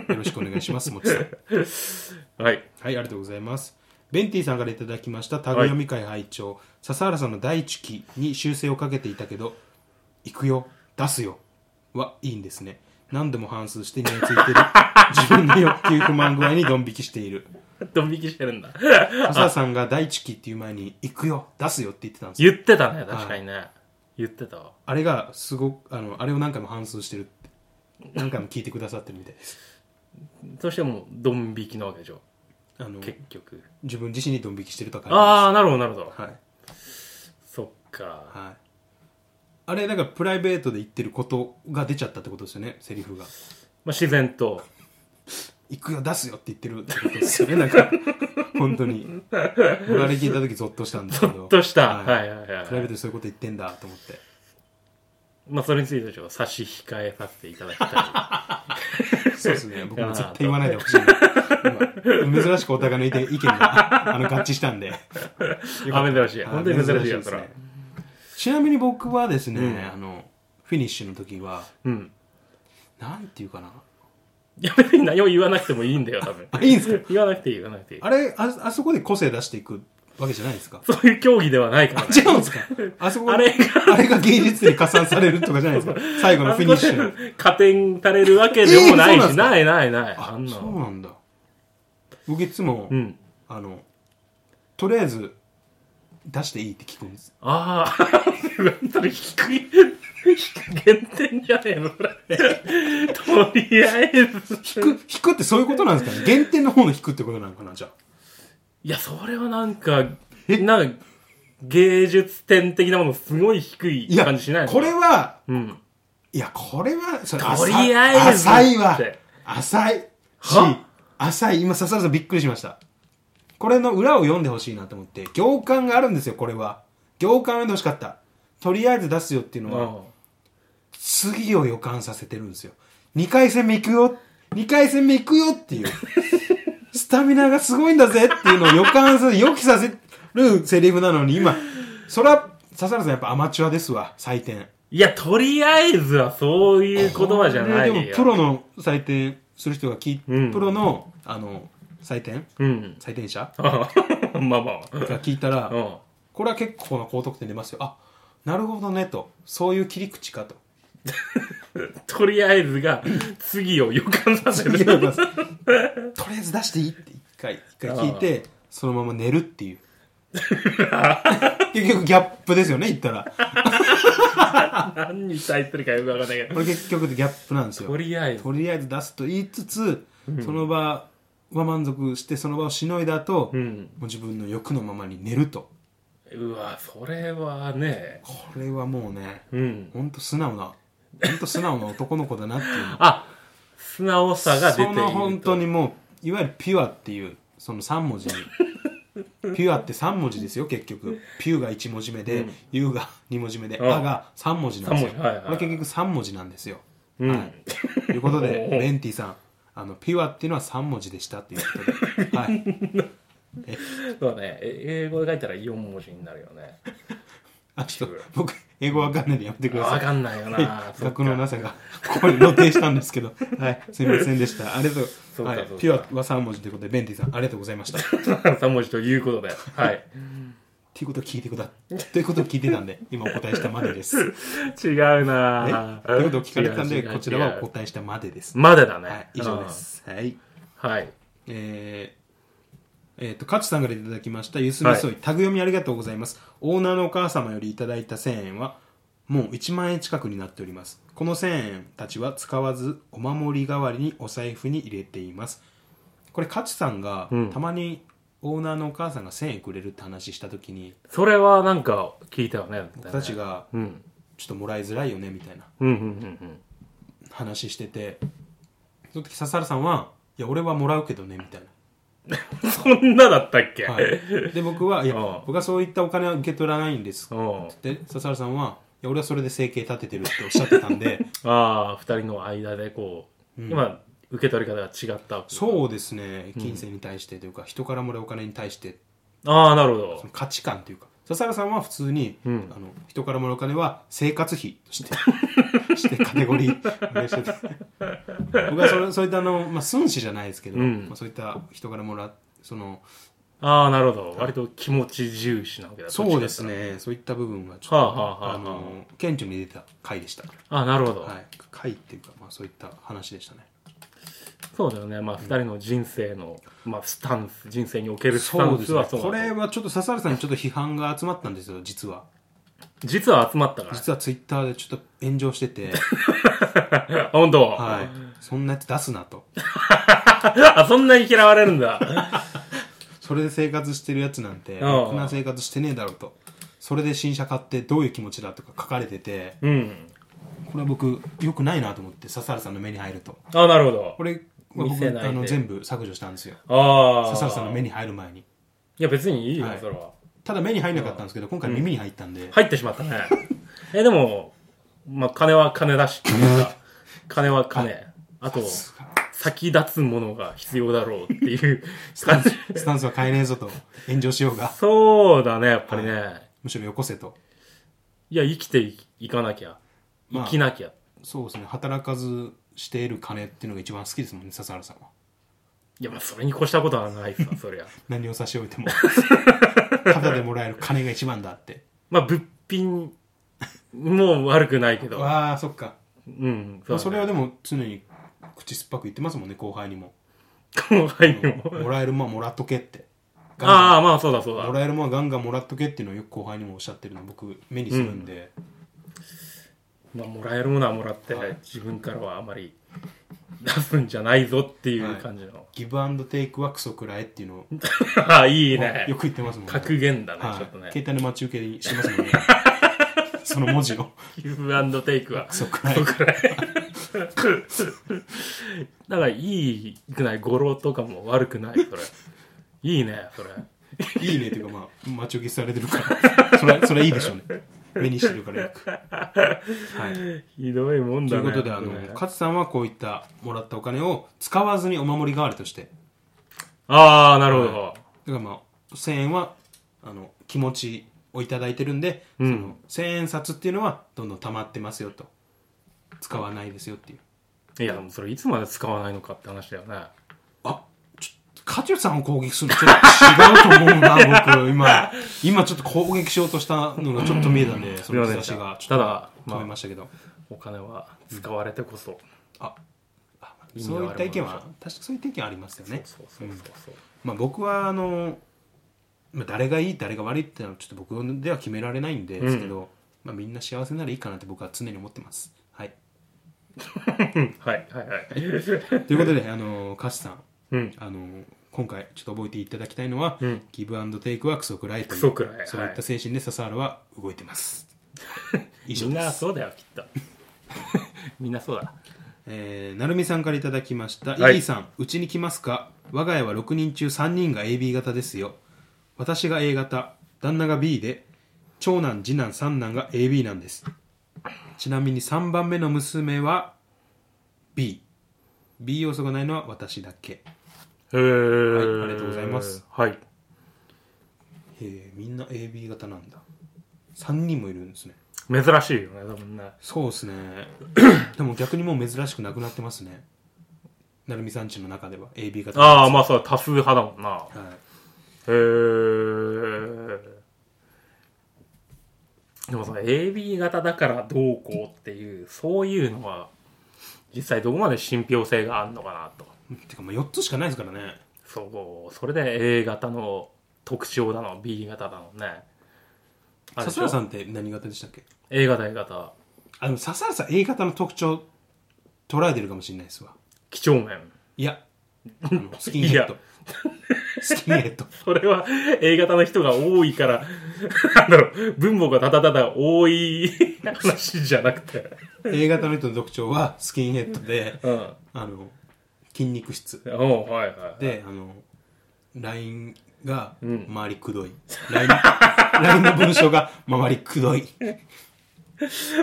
S2: よろしくお願いします、もちろん。
S1: はい。
S2: はい、ありがとうございます。ベンティさんからいただきました、タグ読み会拝聴、笹原さんの第一期に修正をかけていたけど、行くよ、出すよ、はいいんですね。何度も反数してにやついてる。自分の欲求不満具合にドン引きしている。
S1: ドン引きしてるんだ。
S2: 笹原さんが第一期っていう前に、行くよ、出すよって言ってたんですよ。
S1: 言ってたね、確かにね。言ってたわ。
S2: あれが、すごく、あの、あれを何回も反数してるって。何回も聞いてくださってるみた いです。
S1: そしてもう、ドン引きなわけでしょ。
S2: あの、
S1: 結局。
S2: 自分自身にドン引きしてるとは感じま
S1: ああ、なるほど、なるほど
S2: す。。はい。
S1: そっか。
S2: はい、あれだからプライベートで言ってることが出ちゃったってことですよねセリフが
S1: まあ、自然と。
S2: 「行くよ出すよ」って言ってるってことです よねなんか本当に僕あれ聞いた時ゾッとしたんですけどゾ
S1: ほっとした。はいはいはい
S2: プライベートでそういうこと言ってんだと思って
S1: まあ、それについてちょっと差し控えさせていた だきた
S2: そうですね僕も絶対言わないでほしい 今珍しくお互いの意見意見があの合致したんで
S1: い。あ、珍しい。本当に珍しいよ、そ
S2: です
S1: れは
S2: ね。ちなみに僕はですね、
S1: うん
S2: あのフィニッシュの時は
S1: うん。
S2: なんていうかない
S1: や、別に何も言わなくてもいいんだよ、多分。
S2: あいいんですか
S1: 言わなくていい、言わなくていい。
S2: あれああそこで個性出していくわけじゃないですか
S1: そういう競技ではないから、ね。
S2: 違うんですかあそこ
S1: あれが、
S2: あれが芸術に加算されるとかじゃないですか 最後のフィニッシュの。
S1: 加点されるわけでもない
S2: えーそうなんです
S1: し、
S2: か
S1: ないないない。あ
S2: あ
S1: んな
S2: そう
S1: の。
S2: なんだ僕いつも、
S1: うん。
S2: あのとりあえず出していいって聞くんです
S1: あ あ、それ低い、低い減点じゃねえの、こ れ。とりあえ
S2: 引
S1: ず。
S2: く引くってそういうことなんですかね減点の方の引くってことなのかなじゃあ
S1: いや、それはなんか、
S2: え
S1: なんか、芸術点的なものすごい低
S2: い
S1: い
S2: や
S1: 感じしないの
S2: これは
S1: うん。
S2: いやこれはそれ
S1: とりあえず
S2: 浅いわ
S1: って
S2: 浅いし
S1: は
S2: 浅い今笹原さんびっくりしましたこれの裏を読んでほしいなと思って行間があるんですよこれは行間を読んでほしかったとりあえず出すよっていうのは、
S1: うん。
S2: 次を予感させてるんですよ。2回戦目行くよ !2 回戦目行く よっていう。スタミナがすごいんだぜっていうのを予感する、予期させるセリフなのに今、そら、笹原さんやっぱアマチュアですわ、採点。
S1: いや、とりあえずはそういう言葉じゃないよ。
S2: これでもプロの採点する人が聞い、
S1: うん
S2: プロの、あの、採点
S1: うん。
S2: 採点者
S1: ああまあまあ。
S2: が聞いたら、
S1: うん。
S2: これは結構な高得点出ますよ。あ、なるほどねと。そういう切り 口かと。
S1: とりあえずが、次を予感させ
S2: いや
S1: る。
S2: まあとりあえず出していいって一回一回聞いてそのまま寝るっ ていう結局ギャップですよね言ったら
S1: 何に対するかよくわかんないけ
S2: こ
S1: ど。
S2: れ結局ギャップなんで
S1: と
S2: すよ
S1: りあえず。
S2: とりあえず出すと言いつつその場は満足してその場をしのいだと、
S1: う
S2: も
S1: ん。
S2: う自分の欲のままに寝ると
S1: うわ、それはね。
S2: これはもうね
S1: うん。
S2: ほんと素直なほんと素直な男の子だなっていう
S1: あ、素直さが出てい
S2: そ
S1: ると。
S2: の本当にもういわゆるピュアっていうその3文字にピュアって3文字ですよ結局ピュが1文字目で、ユーが2文字目で、
S1: うん
S2: アが3文字なんですよ、
S1: 三文字はいはい
S2: これ結局3文字なんですよ、
S1: うん
S2: はい、ということで
S1: おお
S2: ベンティさんあのピュアっていうのは3文字でしたっていうことで、はい、
S1: そうね。え英語で書いたら4文字になるよね。
S2: あちょっと僕英語わかんないんでやめてくださ
S1: わ
S2: い
S1: かんないよな。そっ
S2: 学のな
S1: か
S2: さがここに露呈したんですけど、はい、すいませんでしたありがと、
S1: そううか
S2: はい
S1: そうか、
S2: ピュアは3文字ということでベンティさんありがとうございました
S1: 3文字ということで。はい。
S2: っていうことを聞いてくだ、ということを聞いて たんで、今お答えしたまでです。ね、
S1: 違う
S2: と
S1: な
S2: いうことを聞かれたん
S1: 違う
S2: で、
S1: 違う
S2: こちらは
S1: 違
S2: お
S1: う
S2: 答えしたまでです。
S1: まだだね。
S2: はい、以上で。す。はい。
S1: はい。
S2: えーえーと、勝さんからいただきました、ゆすみそい、タグ読みありがとうございます。オーナーのお母様よりいただいた1000円は、もう1万円近くになっております。この1000円たちは使わず、お守り代わりにお財布に入れています。これ、勝さんが、
S1: ん
S2: たまにオーナーのお母さんが1000円くれるって話したときに、
S1: それはなんか聞いたよね。
S2: 僕たちが、
S1: うん。
S2: ちょっともらいづらいよね、みたいな。
S1: うんうんうん
S2: 話しててその時笹原さんは「いや俺はもらうけどね」みたい
S1: う
S2: な
S1: ん。 そんなだったっけ、
S2: はい、で僕は「いや
S1: うん
S2: 僕はそういったお金は受け取らないんです」っ
S1: うん。
S2: て笹原さんはいや「俺はそれで生計立ててる」っておっしゃってた んで
S1: ああ、二人の間でこう、
S2: うん
S1: 今、受け取り方が違ったわけ。
S2: そうですね金銭に対してというか、人からもらうお金に対して
S1: ああ、なるほど
S2: その。価値観というか笹原さんは普通に、
S1: うん
S2: あの人からもらうお金は生活費としてして カテゴリー分けしてて僕はそれそういったあの、まあ、寸志じゃないですけど、
S1: うん
S2: まあ、そういった人からもらうその
S1: ああ、なるほど。割と気持ち重視なわけだ
S2: そうです。
S1: どっちかってい
S2: ねそういった部分がちょっと、
S1: はあはあはあ
S2: あの顕著に出た回でした、
S1: うとああ、なるほど。
S2: はい、回っていうか、まあ、そういった話でしたね
S1: そうだよね。まあ、二人の人生の、まあ、スタンス、人生におけるスタ
S2: そう
S1: ン
S2: で
S1: ス
S2: すね
S1: はそう
S2: こ
S1: なんだ
S2: れはちょっと笹原さんにちょっと批判が集まったんですよ実は
S1: 実は集まったから。
S2: 実はツイッターでちょっと炎上してて、
S1: あ本当、
S2: はい、そんなやつ出すなと
S1: あ、 そんなに嫌われるん だ。
S2: それで生活してるやつなんて、
S1: ん
S2: ろくな生活してねえだろうと。それで新車買ってどういう気持ちだとか書かれてて、
S1: うん。
S2: これは僕、良くないなと思って、笹原さんの目に入ると。
S1: あ、なるほど
S2: こ。れは僕
S1: 見せないで
S2: あの全部削除したんですよ。
S1: ああ。
S2: 笹原さんの目に入る前に。
S1: いや、別にいいよ、
S2: はい
S1: それは。
S2: ただ目に入んなかったんですけど、今回耳に入ったんで、
S1: 入ってしまった ね。え、でも、まあ、金は金だし、金は金。あと、先立つものが必要だろうって いう感じ。
S2: スタンスは変えねえぞと、炎上しようが、
S1: そうだね、やっぱりね。
S2: むしろよこせと。
S1: いや、生きていいかなきゃ。
S2: まあ
S1: 生きなきゃ。
S2: そうですね、働かずしている金っていうのが一番好きですもんね、笹原さんは。
S1: いや、まあ、それに越したことは ないさ、そりゃ。
S2: 何を差し置 いても。ただでもらえる金が一番だって。
S1: まあ、物品も悪くないけど。
S2: わあ、そっか。
S1: うん。
S2: まあ、それは
S1: で
S2: でも常に口酸っぱく言ってますもんね後輩 にも
S1: も、後輩にも。
S2: もらえるもんはもらっとけってガン
S1: ああ、まあ、そうだ、そう
S2: ガンも
S1: だ。
S2: らえるもんはガンガンもらっとけっていうのをよく後輩にもおっしゃってるの僕目にするんで、
S1: まあ、もらえるものはもらって、
S2: はい
S1: 自分からはあまり出すんじゃないぞっていう
S2: はい
S1: 感じの。
S2: ギブアンドテイクはクソくらえっていうのを
S1: ああ、いい
S2: よ
S1: ね。
S2: く言ってますもんね
S1: 格言だね、
S2: はい
S1: ちょっとね。
S2: 携帯の待ち受けにしてますもん ねその文字を
S1: ギブアンドテイクは。
S2: クソくらえ
S1: そうくらい。 だから、いいくない語呂とかも悪くない、それ。いいね、それ。
S2: いいねっていうかまあ待ち受けされて るからそれそれいいでしょうね目にしてるからよくはい
S1: ひどいもん
S2: と
S1: だ
S2: いう
S1: ね。
S2: ことで、あの、
S1: ね
S2: 勝さんはこういったもらったお金を使わずにお守り代わりとして、
S1: ああ、なるほど。
S2: だからまあ、1000円は、あの、気持ちをいただいてるんで、
S1: うん
S2: その、1000円札っていうのは、どんどん溜まってますよと。使わないですよっていう。
S1: いや、でもそれいつまで使わないのかって話だよね。
S2: あ、ちょ、カチュさんを攻撃するのちょっと違うと思うな、 僕、今。今ちょっと攻撃しようとしたのがちょっと見えたんで、その
S1: すいま
S2: 私
S1: せん
S2: が、ちょ
S1: た
S2: っ
S1: だ、
S2: と止め
S1: ま
S2: ましたけど。
S1: あ、お金は使われてこそ。
S2: あ、あ
S1: 意味
S2: そ
S1: のあるも
S2: うい
S1: の
S2: った意見は、確かそういった意見ありますよね。
S1: そうそうそうそう。
S2: まあ、僕はあの、まあ、誰がいい誰が悪いってのはちょっと僕では決められないんですけど、まあ、みんな幸せならいいかなって僕は常に思ってます。はい、
S1: うんはい、はい、 はい。
S2: とい うことで、あのカスさん、
S1: うん。
S2: あの今回ちょっと覚えていただきたいのは、
S1: うん
S2: ギブアンドテイクはクソくらいとい
S1: ク
S2: う
S1: ソくらい
S2: そういった精神で笹原は動いてます。以上
S1: みん
S2: で
S1: な
S2: す。
S1: そうだよ、きっ と。みんなそうだ。
S2: えー、なるみさんからいただきました。
S1: はい
S2: イギーさん、うちに来ますか我が家は6人中3人が AB 型ですよ。私が A 型、旦那が B で、長男、次男、三男が AB なんです。ちなみに3番目の娘は B。B 要素がないのは私だけ。
S1: へー
S2: はいありがとうございます。
S1: はい。
S2: へえ、みんな AB 型なんだ。3人もいるんですね。
S1: 珍しいよね、多分ね。
S2: そうですね。でも逆にもう珍しくなくなってますね。なるみさんちの中では AB 型。
S1: ああ、まあそう、多数派だもんな。
S2: はい
S1: へーでもさ、AB 型だからどうこうっていう、そういうのは、実際どこまで信憑性があるのかなと。
S2: てかまあ4つしかないですからね
S1: そう、それで A 型の特徴だの、B 型だのね。あれでし
S2: 笹
S1: ょ
S2: 原さんって何型でしたっけ
S1: A 型、A 型。
S2: あでも笹原さん A 型の特徴捉えてるかもしれないですわ
S1: 几帳面。
S2: いやあのスキンヘッド
S1: い
S2: スキンヘッド
S1: それは A 型の人が多いから、 なんだろう、分母がただただ多い話じゃなくて。
S2: A 型の人の特徴はスキンヘッドで
S1: うん。
S2: あの筋肉質
S1: おうはいはい。
S2: であの LINE が
S1: うん
S2: 周りくどい、LINE, LINE の文章が周り くどい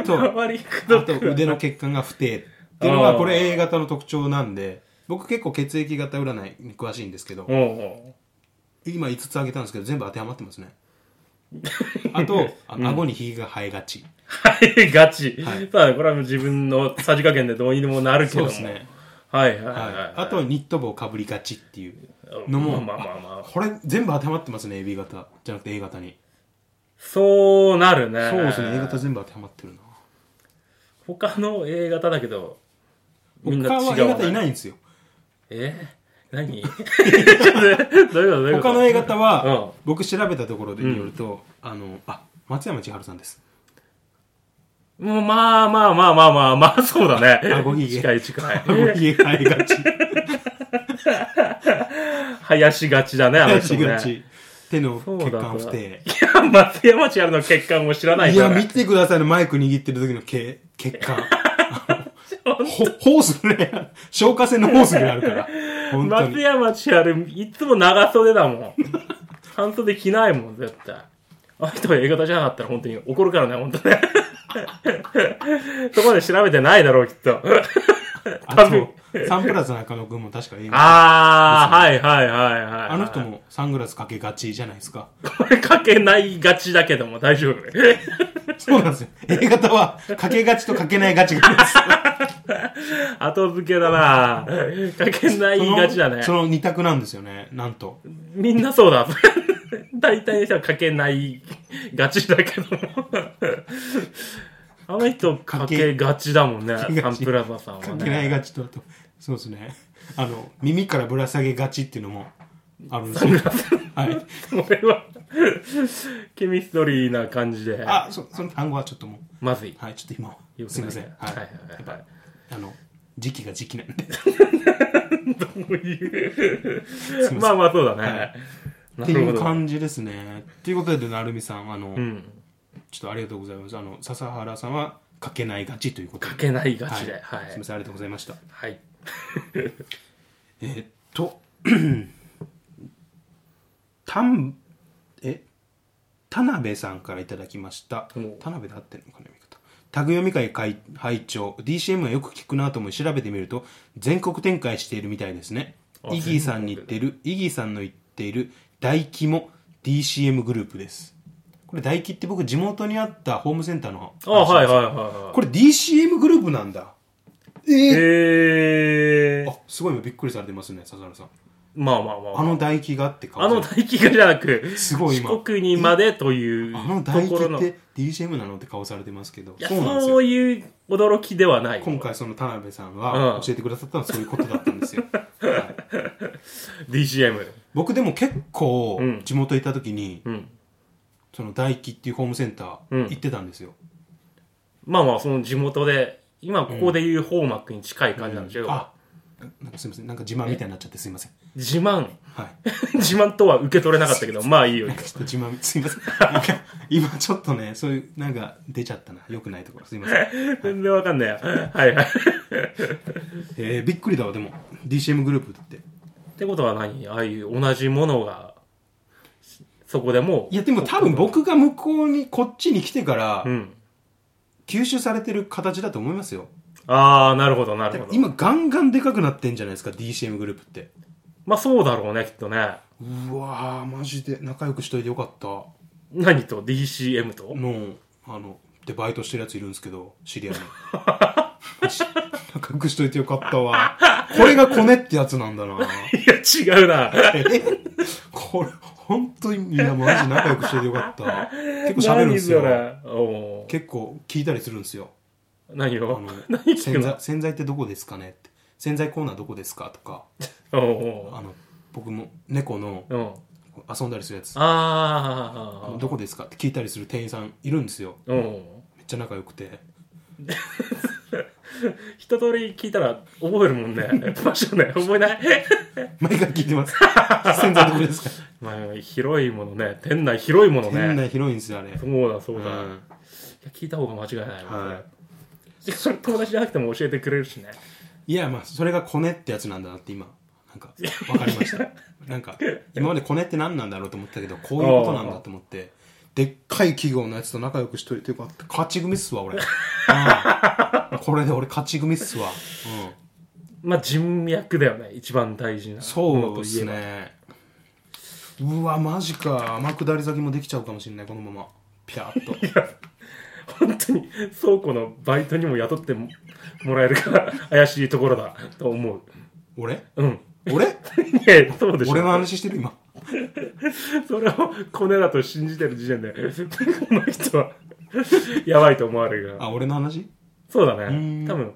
S2: と
S1: 周りくど
S2: あ
S1: く
S2: と
S1: ない
S2: 腕の血管が不定っていうのが
S1: あー
S2: これ A 型の特徴なんで僕結構血液型占いに詳しいんですけど、
S1: おうおう
S2: 今5つ挙げたんですけど全部当てはまって ますねあとあ顎にひげが生えがち、
S1: はい、ガチ。
S2: はい
S1: まあ、これはもう自分のさじ加減でどうにでもなるけ
S2: そ
S1: ど
S2: う
S1: も。
S2: ですね、
S1: はいはいはい
S2: はい
S1: はい。
S2: あとニット帽をかぶりがちっていう
S1: の
S2: のも
S1: まあまあまあまあ。
S2: これ全部当てはまってますね AB 型じゃなくて A 型に
S1: そうなるね。
S2: そうですね A 型全部当てはまってるな
S1: 他の A 型だけど、みんな
S2: 他
S1: 違う
S2: は
S1: な。
S2: A 型いないんですよ
S1: え何 ちょっと、どういうことどういうこと
S2: 他の A 型
S1: うん
S2: は僕調べたところでによると、あのあ松山千春さんです
S1: もうまあまあまあまあまあまあ、そうだね。
S2: あごひげ
S1: 近い近い。
S2: 顎ひげ生えがち
S1: 生やしがち だね、あ
S2: 生
S1: の
S2: え
S1: 人
S2: し
S1: もね。
S2: がち手の
S1: そうだ
S2: 血管不定
S1: いや、松山千春の血管も知らない
S2: い
S1: か
S2: や
S1: ら。
S2: 見てくださいねマイク握ってる時の血血管ほホースぐらい消火栓のホースぐらいあるから本当
S1: 松
S2: に
S1: 山千春、いつも長袖だもん。半袖着ないもん、絶対。あの人が A 型じゃなかったら本当に怒るからね、本当ね。そこまで調べてないだろう、きっと。
S2: あとサンプラザ中野くんも確か A 型
S1: あー、はいはいはいはいはい。
S2: あの人。もサングラスかけがちじゃないですか
S1: これかけないがちだけども大丈夫。
S2: そうなんですよ A 型はかけがちとかけないがちがあ るんです
S1: 後付けだなかけないがちだね
S2: そ。の二択なんですよね、なんと。
S1: みんなそうだ。大体の人はかけないがちだけど。あの人かけがちだもんね、
S2: けが
S1: サン
S2: ち
S1: プラザさんは
S2: かけない
S1: ね。
S2: がちと、あと、そうですね。あの、耳からぶら下げがちっていうのもあるんです
S1: サン
S2: よ
S1: グ。ラス
S2: はい。
S1: これは、ケミストリーな感じで、
S2: あ、そその単語はちょっとも
S1: まずい。
S2: う、はい、ちょっと今は
S1: よくない
S2: すいません。はい。
S1: はいはいはい
S2: やっぱ、あの、時期が時期なんで。
S1: こういう
S2: せん
S1: まあまあそうだね。
S2: っ
S1: な
S2: て
S1: る
S2: い
S1: ほ
S2: う
S1: ど。
S2: 感じですね。っていうことで、なるみさん、あの、
S1: うん。
S2: ちょっとありがとうございます。あの、笹原さんは、かけないがちということで
S1: かけないがちで。
S2: はい
S1: はい
S2: すみません、ありがとうございました。
S1: はい。
S2: えーっと、 たん、え、田辺さんからいただきました。
S1: お
S2: 田辺で合ってるのかな、読み方。タグ読み会会会長、DCM はよく聞くなと思い調べてみると、全国展開しているみたいですね。
S1: あ
S2: イギーさんに言っている、イギーさんの言っている大規模 DCM グループです。これ大規って僕地元にあったホームセンターの
S1: あ、はいはい
S2: い。
S1: はいはい。
S2: これ DCM グループなんだ。えー
S1: えー
S2: あ、すごい今びっくりされてますね、笹原さん。
S1: まあまあまあ
S2: あ。の唾液があって顔
S1: あの大気がじゃなく、
S2: すごい今
S1: 四国にまでという
S2: あの
S1: と
S2: 唾
S1: ころの。
S2: 液っ
S1: い
S2: て DCM なのって顔されてますけど
S1: や、
S2: そうなんですよ
S1: そういう驚きではない。
S2: 今回その田辺さんは
S1: うん
S2: 教えてくださったのはそういうことだった んですよ、はい
S1: DCM。
S2: 僕でも結構
S1: うん
S2: 地元行った時に、
S1: うん。
S2: その唾液っていうホームセンタ
S1: うん
S2: ー行ってたんですよ、
S1: まあまあ、その地元で、今ここでいうホーマックに近い感じなんですけど、
S2: あなんかすいませんなんか自慢みたいになっちゃってすいません
S1: 自慢。
S2: はい
S1: 自慢とは受け取れなかったけど、まあいいよ
S2: な。んかちょっと自慢 すいませんな んか今ちょっとねそういうなんか出ちゃったな良くないところすいません、
S1: 全然わかんないよ。はいはい。っ
S2: えーびっくりだわでも DCM グループって
S1: てことは何ああいう同じものが、そこでも
S2: い、やでも多分僕が向こうにこっちに来てから、
S1: うん。
S2: 吸収されてる形だと思いますよ
S1: ああ、なるほど、なるほど。
S2: 今ガンガンでかくなってんじゃないですか DCM グループって
S1: まあそうだろうね、きっとね。
S2: うわーマジで仲良くしといてよかった
S1: 何と DCM と
S2: のあのでバイトしてるやついるんですけど知り合いのマジ仲良くしといてよかったわこれがコネってやつなんだな
S1: いや、違うな。
S2: えこれ本当にいやマジ仲良くしといてよかった結構喋るんです
S1: 何
S2: よ
S1: それおー
S2: 結構聞いたりするんですよ
S1: 何
S2: あ
S1: を
S2: の
S1: 何聞く
S2: 洗
S1: の
S2: 剤洗剤ってどこですかねって洗剤コーナーどこですかとか
S1: おう
S2: あの僕も猫の
S1: おううん
S2: 遊んだりするやつ
S1: ああ
S2: どこですかって聞いたりする店員さんいるんですよ
S1: うん
S2: めっちゃ仲良くて
S1: 一通り聞いたら覚えるもん ね場所ね覚えない
S2: 毎回聞いてます洗剤どこですか
S1: まあ広いものね店内広いもの
S2: 店
S1: ね
S2: 内広いんですよあれ
S1: そうだそうだ、
S2: う
S1: い
S2: ん
S1: や聞いた方が間違いないもんね、
S2: は
S1: それ友達じゃなくても教えてくれるしね
S2: いやまあそれがコネってやつなんだなって今なんか、わかり ました。なんか、今までコネって何なんだろうと思ってたけど、こういうことなんだと思って、でっかい企業のやつと仲良くしといてよかった。勝ち組っす わ、俺。ああこれで俺勝ち組っすわ。うん。
S1: まあ人脈だよね一番大事なもの
S2: そう
S1: と
S2: で
S1: い
S2: す
S1: えば
S2: ね。うわ、マジか。天下り先もできちゃうかもしれない、このまま。ピャーっ と。
S1: 本当に倉庫のバイトにも雇ってももらえるから怪しいところだと思う
S2: 俺
S1: うん
S2: 俺
S1: いやそうでしょ
S2: 俺の話してる今。
S1: それをコネだと信じてる時点でこの人はやばいと思われるが
S2: あ、俺の話
S1: そうだね
S2: ん
S1: 多分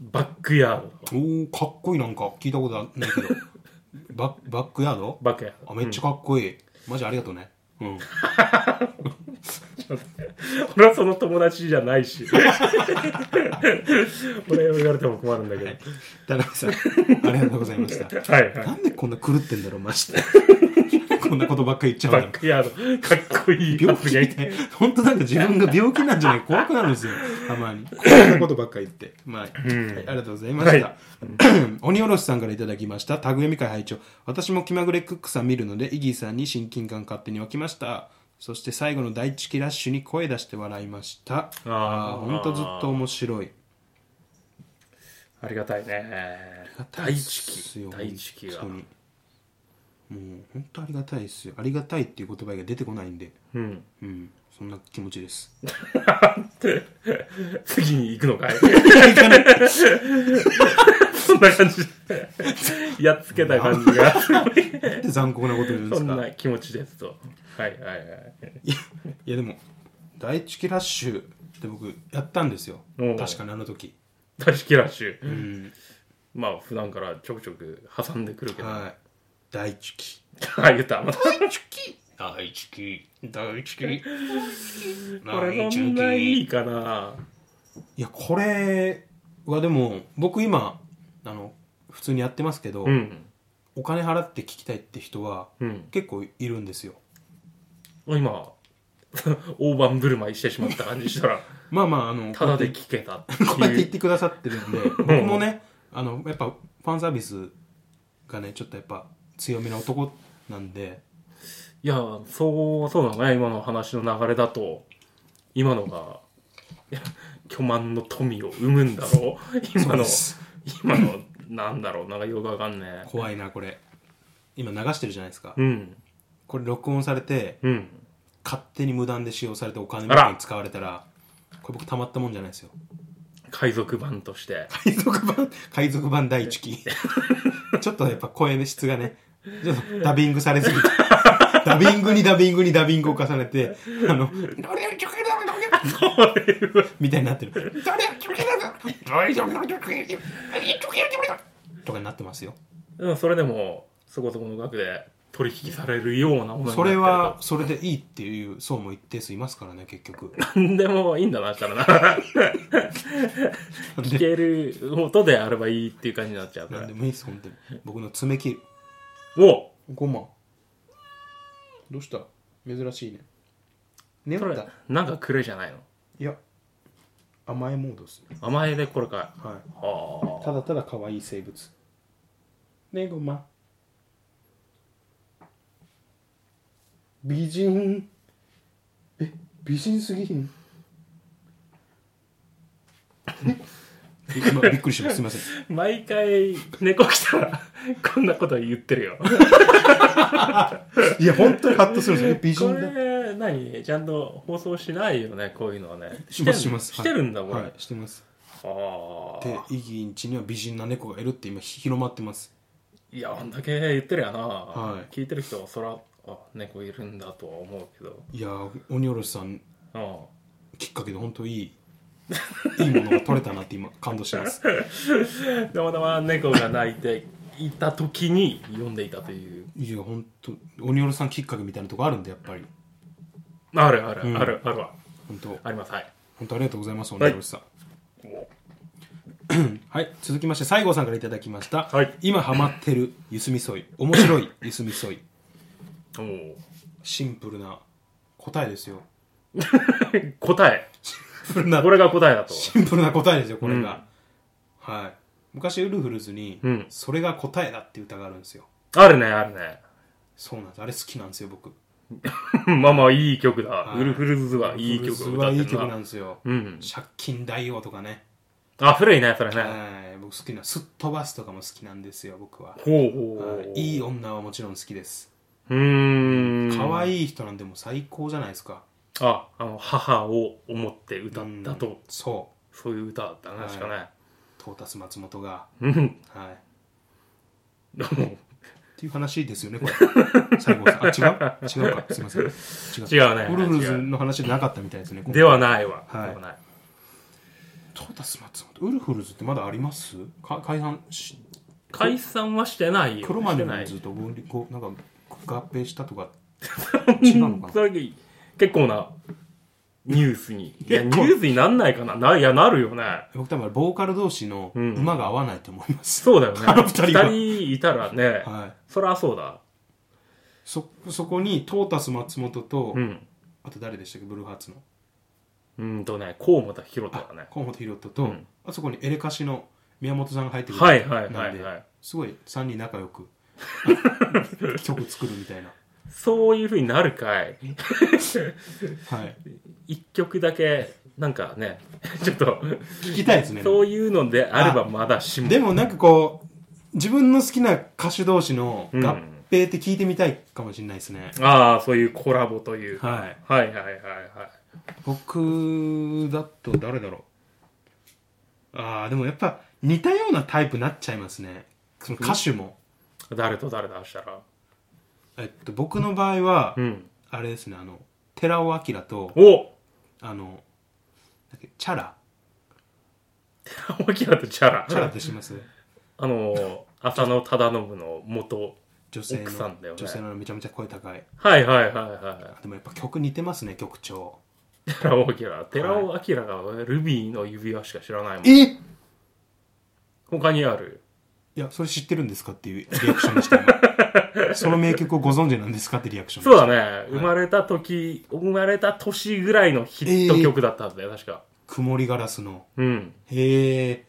S1: バックヤード
S2: おー、かっこいいなんか。聞いたことないけど。バッバックヤード
S1: バックヤード
S2: あ、めっちゃかっこいい。マジありがとうね。うん。
S1: 俺はその友達じゃないし 俺言われても困るんだけ
S2: 田中さん、ありがとうございました。
S1: どはいはい
S2: なんでこんな狂ってんだろう、マジで。こんなことばっかり言っちゃうん
S1: バッ
S2: だろ
S1: クヤードかっこいい
S2: 病
S1: 発
S2: 気み
S1: 言
S2: たい。 本当なんか自分が病気なんじ ゃない怖くなるんですよ。たまに。こんなことばっかり言って。まあ、はいありがとうございました。
S1: は
S2: 鬼おろしさんからいただきました。タグ読み会拝聴私も気まぐれクックさん見るので、イギーさんに親近感勝手に湧きました。そして最後の第一期ラッシュに声出して笑いました。
S1: ー
S2: ああー、ほんとずっと面白い。
S1: ありがたいね第一期第一期が
S2: 本当にもう本当ありがたいですよありがたいっていう言葉が出てこないんで
S1: うん
S2: うんそんな気持ちです
S1: 次に行くのかい そんな感じでやっつけた感じが
S2: なんで残酷なこと言うんで
S1: そ
S2: す
S1: ん
S2: か
S1: な気持ちですとはいはいはい
S2: いやいやでも第一期ラッシュって僕やったんですよ
S1: おう
S2: 確かにあの時
S1: 大好きラッシ
S2: う
S1: ュ
S2: ん
S1: まあ普段からちょくちょく挟んでくるけどあ
S2: はい第一期
S1: あ言ったまた
S2: 第一期第一期第一期
S1: これそんないいかない
S2: やこれはでも僕今あの普通にやってますけど、
S1: うん
S2: お金払って聞きたいって人は
S1: うん
S2: 結構いるんですよ
S1: 今 大盤振る舞いしてしまった感じした ら
S2: まあまああの
S1: ただで聞けたって
S2: こうやって
S1: い
S2: 言っ
S1: う
S2: てくださってる んで僕もねあのやっぱファンサービスがねちょっとやっぱ強めな男なん で
S1: いやそうそうだね今の話の流れだと今のが いや巨万の富を生むんだろう今
S2: そう
S1: の
S2: です
S1: 今のなんだろうなんかよくわかんねえ
S2: 怖いなこれ今流してるじゃないですか
S1: うん
S2: これ録音されて
S1: うん
S2: 勝手に無断で使用されてお金み
S1: あ
S2: たい
S1: ら
S2: に使われたらこれ僕たまったもんじゃない ですよ
S1: 海賊版として
S2: 海賊版海賊版第 一期ちょっとやっぱ声の質がねちょっとダビングされすぎて ダビングにダビングにダビングを重ねて あのみたいになってる とかになってますよ
S1: うんそれでもそこそこの額で取引されるようなものになってると
S2: それはそれでいいっていう層も一定数いますからね結局
S1: なんでもいいんだなしたら な聞ける音であればいいっていう感じになっちゃうか
S2: なん
S1: ら
S2: でもいいです本当に僕の爪切る
S1: お
S2: 5万どうした珍しいね
S1: そ
S2: 眠っ
S1: れ
S2: た
S1: なんかくれじゃないの
S2: いや甘えモードですね
S1: 甘えでこれか
S2: は
S1: はあ
S2: いただただ可愛い生物ねごま美人え美人すぎひんえ今びっくりしましたすみません
S1: 毎回猫来たら こんなこと言ってるよ
S2: いや本当にハッとするんですよえ美
S1: こ
S2: 人だ
S1: れ何ちゃんと放送しないよねこういうのはね
S2: してま
S1: ん
S2: すします
S1: してるんだこれ、
S2: は
S1: はい
S2: はいしてます
S1: あ
S2: でイギーんちには美人な猫がいるって今広まってます
S1: いやあんだけ言ってるやな、
S2: はい
S1: 聞いてる人はそらあ猫いるんだとは思うけど
S2: いやー鬼おろしさん
S1: うん
S2: きっかけで本当いいいいものが取れたなって今感動してます
S1: たまたま猫が鳴いていた時に読んでいたという
S2: いや本当鬼おろしさんきっかけみたいなとこあるんでやっぱり
S1: あるある、
S2: うん
S1: あるあるわ
S2: 本当
S1: ありますはい
S2: 本当ありがとうございます鬼おろしさん はい、続きまして西郷さんからいただきました、
S1: はい
S2: 今ハマってるゆすみそい面白 いゆすみそい
S1: おお
S2: シンプルな答えですよ
S1: ー答え
S2: シンプルな
S1: これが答えだと
S2: シンプルな答えですよこれが、はい昔ウルフルズに
S1: うん
S2: 「それが答えだ」っていう歌があるんですよ
S1: あるね、あるね。
S2: そうなんですあれ好きなんですよ僕
S1: まあまあ、いい曲だ。
S2: い
S1: ウルフルズはいい
S2: ウル
S1: 曲
S2: フ
S1: を
S2: ルズ
S1: 歌
S2: は
S1: っ
S2: い
S1: て
S2: い
S1: る
S2: 曲な
S1: な。
S2: んですよ
S1: うん。
S2: 借金大王とかね
S1: あ、古いね、それね。
S2: はい僕好きなすっ飛ばすとかも好きなんですよ僕は
S1: ほうほう
S2: はいいい女はもちろん好きです
S1: うーん。
S2: 可
S1: いい。
S2: 愛い人なんでも最高じゃないですか
S1: あ、あの、母を思って歌った
S2: うん
S1: と、
S2: そ
S1: そういう歌だったね、確かね。
S2: うトータス松本が
S1: うん。
S2: はいっ
S1: でも
S2: ていう話ですよねこれ 最後あ違う違うかすいません違う
S1: 違うね。
S2: ウルフルズ
S1: 違う
S2: の話じゃなかったみたいですね今回
S1: ではないわ。
S2: はい
S1: ではない。
S2: トータス松本ウルフルズってまだありますか解散し
S1: 解散はしてないよ。
S2: クロマニ
S1: してな
S2: オン
S1: い
S2: ズと分離こうなんか合併したと か違うのかな
S1: それ結構なニュースに。いや、
S2: 結
S1: ニ
S2: 構
S1: ュースになんないかな。ないや、なるよね。
S2: 僕多分ボーカル同士の
S1: うん
S2: 馬が合わないと思います、
S1: そうだよね。
S2: あの二人が
S1: 二人いたらね、
S2: はい
S1: そりゃそうだ。
S2: そそこにトータス松本と、
S1: うん。
S2: あと誰でしたっけブルーハーツの
S1: うんとね、河本博と
S2: あ
S1: かね。
S2: 河本大翔と、
S1: うん
S2: あそこにエレカシの宮本さんが入ってくる
S1: はいはい
S2: な
S1: は
S2: ん
S1: い
S2: で
S1: はい。
S2: すごい3人仲良く 曲作るみたいな
S1: そういう風になるかい。
S2: はい
S1: 一曲だけ、なんかね、 ちょっと、
S2: 聞きたいですね
S1: そういうのであればまだしも。
S2: でもなんかこう自分の好きな歌手同士の
S1: うん
S2: 合併って聞いてみたいかもしれないですね、
S1: ああ、そういうコラボというか。
S2: はい
S1: はいはいはいはい。
S2: 僕だと誰だろうああでもやっぱ似たようなタイプになっちゃいますねその歌手も、
S1: 誰と誰だしたら。
S2: えっと、僕の場合は、
S1: うん。
S2: あれですねあの寺尾明と
S1: お
S2: あのなんだっけチャラ
S1: 青木だとチャラ。
S2: チャラってします
S1: あの、浅野忠信の元。
S2: 女性の
S1: 奥さんだよね
S2: 女性のめちゃめちゃ声高い
S1: はいはいはいは
S2: でもやっぱ曲似てますね曲調
S1: い。寺尾明。寺尾明がルビーの指輪しか知らないもん。
S2: えい
S1: 他にある。
S2: やそれ知ってるんですかっていうリアクションでした 今その名曲をご存知なんですかってリアクション
S1: そうだ
S2: ね
S1: ね。生まれた時、生まれた年ぐらいのヒット曲だったんだよ、確か。
S2: 曇りガラスの
S1: うん。
S2: へえ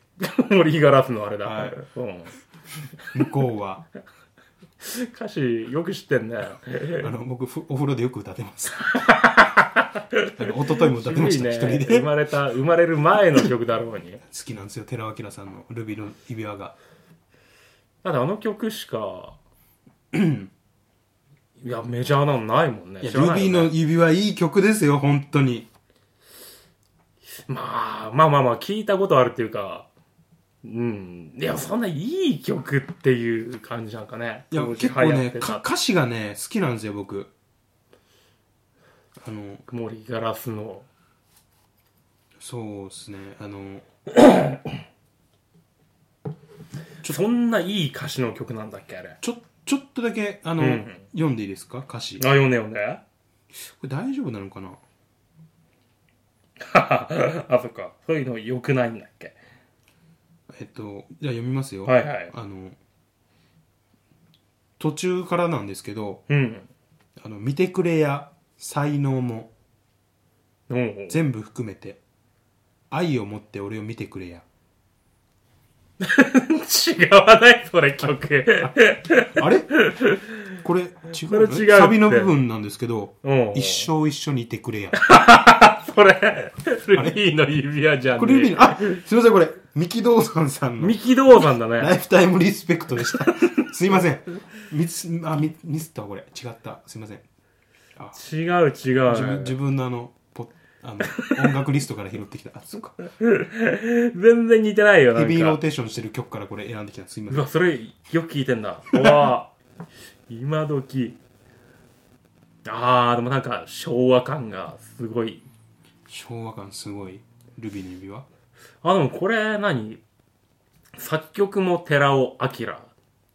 S1: 森ガラスのあれだ。
S2: はい
S1: うん。
S2: 向こ うは
S1: 歌詞よく知ってんね。
S2: あの僕ふお風呂でよく歌ってます あの一昨日も 歌ってました、
S1: ね。
S2: 一人で
S1: 生まれた、生まれる前の曲だろうに。
S2: 好きなんですよ寺尾明さんの「ルビーの指輪」が
S1: だってあの曲し か、いや、メジャーなのないもんね。
S2: いや
S1: 知ら
S2: ル
S1: ない
S2: ビ
S1: よ
S2: ー
S1: ね
S2: の指輪いい曲ですよ本当に
S1: まあ、まあまあまあ、聞いたことあるっていうか、うん。いや、そんないい曲っていう感じなんかね。
S2: いや
S1: 当時
S2: 結構
S1: 流行
S2: ね
S1: って
S2: か
S1: た
S2: 歌詞がね好きなんですよ僕あの
S1: 曇りガラスの。
S2: そうですねあの
S1: そんないい歌詞の曲なんだっけ、あれ。あ、
S2: ちょちょっとだけあの、
S1: うんうん
S2: 読んでいいですか歌詞こ
S1: 読んで読んで。
S2: れ大丈夫なのかな
S1: あ、そっか。そういうの良くないんだっけ。
S2: えっとじゃあ読みますよ
S1: はいはい。
S2: あの途中からなんですけど
S1: うん。
S2: 「あの見てくれや才能も
S1: うん。
S2: 全部含めて愛を持って俺を見てくれ や
S1: 違わない、それ曲。」
S2: あれこれ違
S1: れ違う
S2: う
S1: っ
S2: ね
S1: て
S2: サビの部分なんですけど
S1: うん。
S2: 一生一緒にいてくれや。
S1: それ、 ルビーの指輪じゃん、ね。
S2: これルビーの、あ、すいません、これ、三木道山さんの
S1: 三木道山だ
S2: ラ
S1: ね。
S2: イフタイムリスペクトで した。すいません。ミス、あ、ミミスったわこれ。違った。すいません。
S1: 違う違う、
S2: 自分、自分のあの、ポあ の、音楽リストから拾ってきた。あ、そっか。
S1: 全然似てないよ、なん
S2: ヘ
S1: か。
S2: ビーローテーションしてる曲からこれ選んできた。すいま
S1: う
S2: せん。
S1: わ、それ、よく聞いてんだ。うわ今時。あー、でもなんか、昭和感がすごい。
S2: 昭和感すごい。ルビーの指輪
S1: あ、でもこれ何、作曲も寺尾明。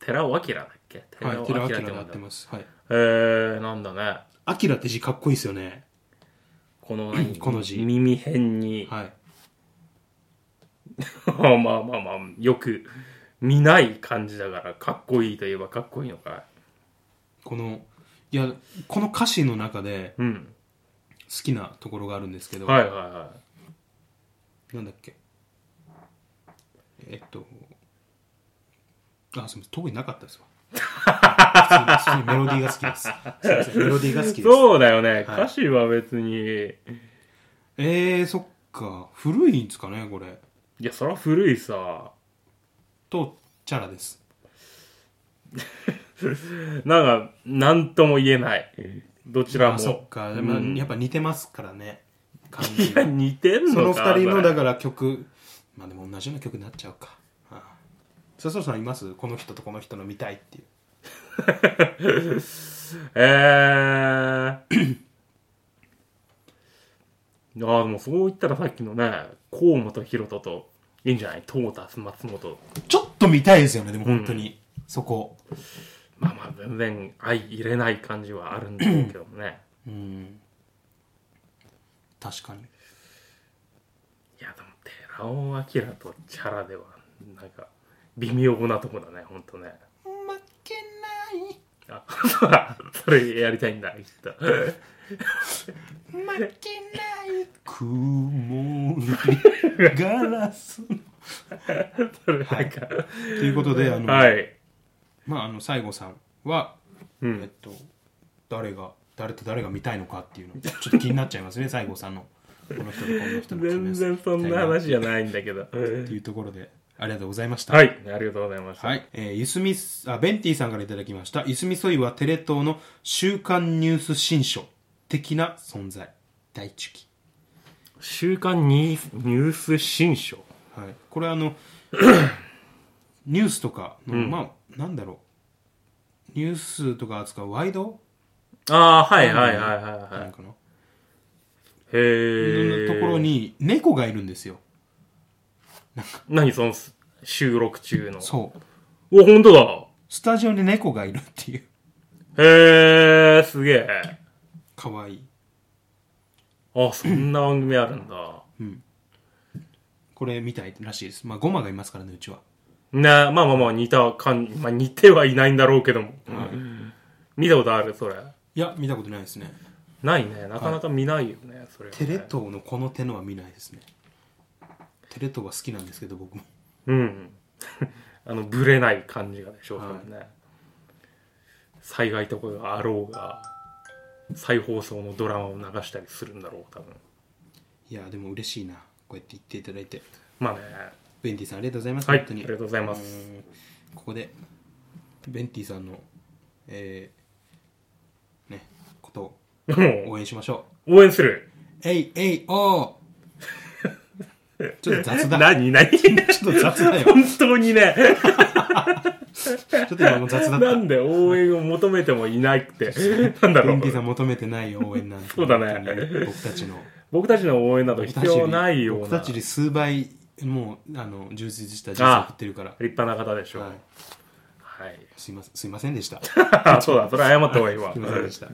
S1: 寺尾明だっけ
S2: は
S1: 寺
S2: い、
S1: 尾
S2: テ
S1: 明
S2: ラア
S1: っ
S2: キ
S1: て
S2: ラ
S1: な
S2: でや
S1: ん
S2: っ
S1: だ
S2: て。ます。はい。
S1: えー、なんだね。
S2: アキラって字かっこいいですよね。
S1: この何、
S2: この字
S1: 耳辺に、
S2: はい。
S1: まあまあまあ、よく見ない感じだから、かっこいいといえばかっこいいのかい。
S2: この、いや、この歌詞の中で
S1: うん。
S2: 好きなところがあるんですけど、
S1: はいはいはい。
S2: なんだっけえっと、あ、すみません。特になかったですわ。普通に普通にメロディーが好きです。すみません。メロディーが好きです。
S1: そうだよね。
S2: はい
S1: 歌詞は別に、い
S2: えー、そっか。古いんですかね、これ。
S1: や、そら古いさ。
S2: と、チャラです。
S1: なんか、なんとも言えない。どちらも。
S2: あ、そっか。でも、やっぱ似てますからね。感
S1: い
S2: じ
S1: や、
S2: が。
S1: 似てん
S2: そ
S1: の
S2: の
S1: か
S2: 二人の、だ
S1: ら。
S2: から曲、まあでも同じような曲になっちゃうか。ああそろそろいますこの人とこの人の見たいっていう。
S1: えー。 ああ、でもそう言ったらさっきのね、河本大翔と、いいんじゃないトータス松本。
S2: ちょっと見たいですよね、でも本当に。そこ。
S1: まあまあ、全然相入れない感じはあるんだろうけどもね。
S2: うん。確かに。
S1: いや、でも、寺尾明とチャラでは、なんか、微妙なとこだね、ほんとね。
S2: 負けない。
S1: あ、 そうだそれやりたいんだ、きっと。
S2: 負けない雲にガラスの
S1: それなんか、
S2: ということであの、
S1: はい。
S2: まああの西郷さんは、
S1: う
S2: えっ
S1: ん。
S2: と誰が誰と誰が見たいのかっていうのちょっと気になっちゃいますね西郷さんのこの人とこの人の
S1: 全然そんな話じゃないんだけど。
S2: というところでありがとうございました
S1: はい、ありがとうございました。
S2: はい。えーゆすみす、あ、ベンティさんからいただきました。ゆすみそいはテレ東の週刊ニュース新書的な存在。大中期。
S1: 週刊ニューニュース新書。
S2: はい、これあの ニュースとかの、まあなんだろうニュースとか扱うワイド
S1: ああ、はいはいはいはい
S2: な
S1: は。
S2: んかない
S1: へえ。
S2: ところ。に猫がいるんですよ
S1: 何その収録中の。
S2: そう
S1: お、ほんとだ。
S2: スタジオに猫がいるっていう
S1: へえ、すげえ。
S2: かわいい
S1: あ、そんな番組あるんだ。
S2: これみたいらしいですまあゴマがいますからねうちは
S1: ねまあまあまあ似た感じ、まあ似てはいないんだろうけども。見たことあるそれ。
S2: いや見たことないですね
S1: ないね。なかなか見ないよね、それ、ね。
S2: テレ東のこの手のは見ないですねテレ東は好きなんですけど僕も
S1: うん。 あの、ぶれない感じがでしょう
S2: はい
S1: ね。災害とかがあろうが、再放送のドラマを流したりするんだろう、多分。
S2: いやでも嬉しいなこうやって言っていただいて
S1: まあね。
S2: ベンティさんありがとうございます、
S1: はい、あ
S2: 本当
S1: り
S2: に
S1: がとうございま
S2: う
S1: す。
S2: ーんここでベンティさんの、えーね、ことを
S1: もう、
S2: 応援しましょ
S1: 応援する。
S2: うえいえいおー ちょっと雑だ
S1: 何 何
S2: ちょっと雑だよ
S1: 本当にね、
S2: ちょっと今も雑だった
S1: なんで応援を求めてもいなく て、なんだろ
S2: ベンティさ
S1: う。
S2: ん求めてない応援なんて
S1: そうだね
S2: 本当に僕たちの
S1: 僕たちの応援など
S2: 僕
S1: 必
S2: たちよ
S1: 要
S2: り
S1: ないような
S2: 僕たちより数倍もうあの充実した人生を送ってるから
S1: 立派な方でしょう。
S2: はい
S1: はい。
S2: すいませんすいません でした
S1: あそう だ、それ謝った方がいいわ。
S2: すいませんでした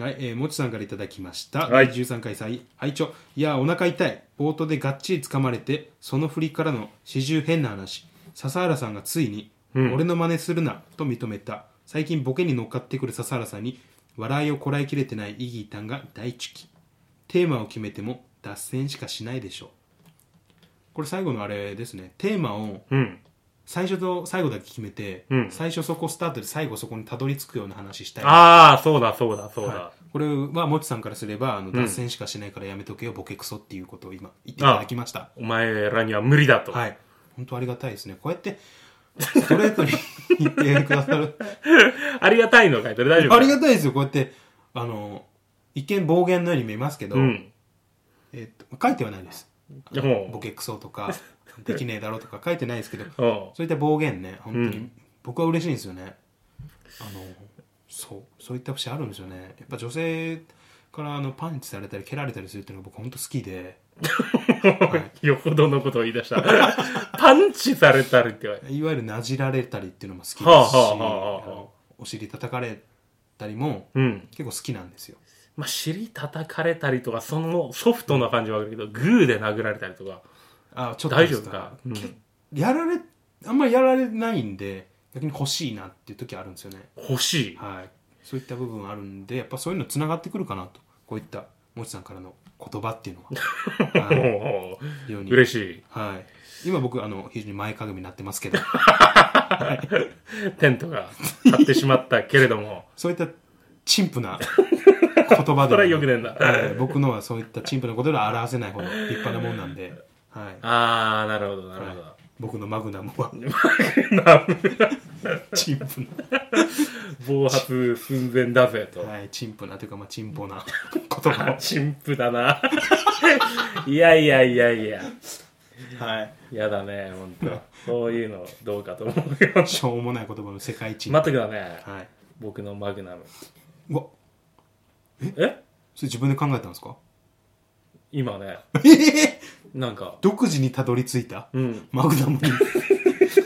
S2: はい、えー、もちさんからいただきました。
S1: はい
S2: 第13回祭、拝聴いやー、お腹痛い。冒頭でがっちり掴まれて、その振りからの四十変な話。笹原さんがついに、俺の真似するな、と認めた。最近ボケに乗っかってくる笹原さんに、笑いをこらえきれてないイギータンが大チキ。テーマを決めても、脱線しかしないでしょう。これ最後のあれですね。テーマを
S1: うん。
S2: 最初と最後だけ決めて、
S1: うん
S2: 最初そこスタートで最後そこにたどり着くような話したいな
S1: ああ、そうだ、そうだ、そうだ。
S2: これはもちさんからすればあの脱線しかしないからやめとけよ、ボケクソっていうことを今言っていただきました
S1: お前らには無理だと。
S2: はい本当ありがたいですねこうやってストレートに言ってくださる
S1: ありがたいのかいそれ 大丈夫
S2: ありがたいですよこうやってあの一見暴言のように見えますけど、
S1: うん。
S2: えっと書いてはないです
S1: いやもう
S2: ボケクソとかできねえだろとか書いてないですけど
S1: うん。あ
S2: そういった暴言ね本当に、
S1: うん
S2: 僕は嬉しいんですよねあのそうそういった節あるんですよねやっぱ女性からあのパンチされたり蹴られたりするっていうのが僕本当好きで
S1: よほどのことを言い出した。 パンチされたりって言われ
S2: いわゆるなじられたりっていうのも好きですし、
S1: はあはあはあはあ
S2: あのお尻叩かれたりも
S1: うん。
S2: 結構好きなんですよ
S1: まあ、尻叩かれたりとか、そのソフトな感じはあるけど、グーで殴られたりとか。
S2: あちょっとです
S1: 大丈夫かうん
S2: けやられあんまりやられないんで逆に欲しいなっていう時あるんですよね
S1: 欲しい。
S2: はい、そういった部分あるんでやっぱそういうのつながってくるかなとこういったもちさんからの言葉っていうのは、 はい
S1: もう
S2: 非常に
S1: 嬉しい。
S2: はい、今僕あの非常に前かがみになってますけど
S1: テントが立ってしまったけれども、
S2: そういった陳腐な言葉で
S1: そ
S2: は
S1: れ
S2: な、
S1: はいよくねえんだ。
S2: はい僕のはそういった陳腐なことでは表せないほど立派なもんなんで、はい
S1: あー、なるほど、なるほど。
S2: 僕のマグナムは陳腐
S1: 暴発寸前だぜと
S2: な、。はい、陳腐なというか、まあ、陳腐 な言葉
S1: 陳腐だな。 いやいやいやいや。
S2: を、はい、
S1: やだね、ほんと。そういうのどうかと思うよ。
S2: しょうもない言葉の世界一、
S1: 待ってくだね。
S2: はい、
S1: 僕のマグナム。
S2: うわ
S1: え
S2: それ自分で考えたんですか
S1: 今ね、
S2: ええ
S1: なんか、
S2: 独自にたどり着いた、
S1: うん。
S2: マグナム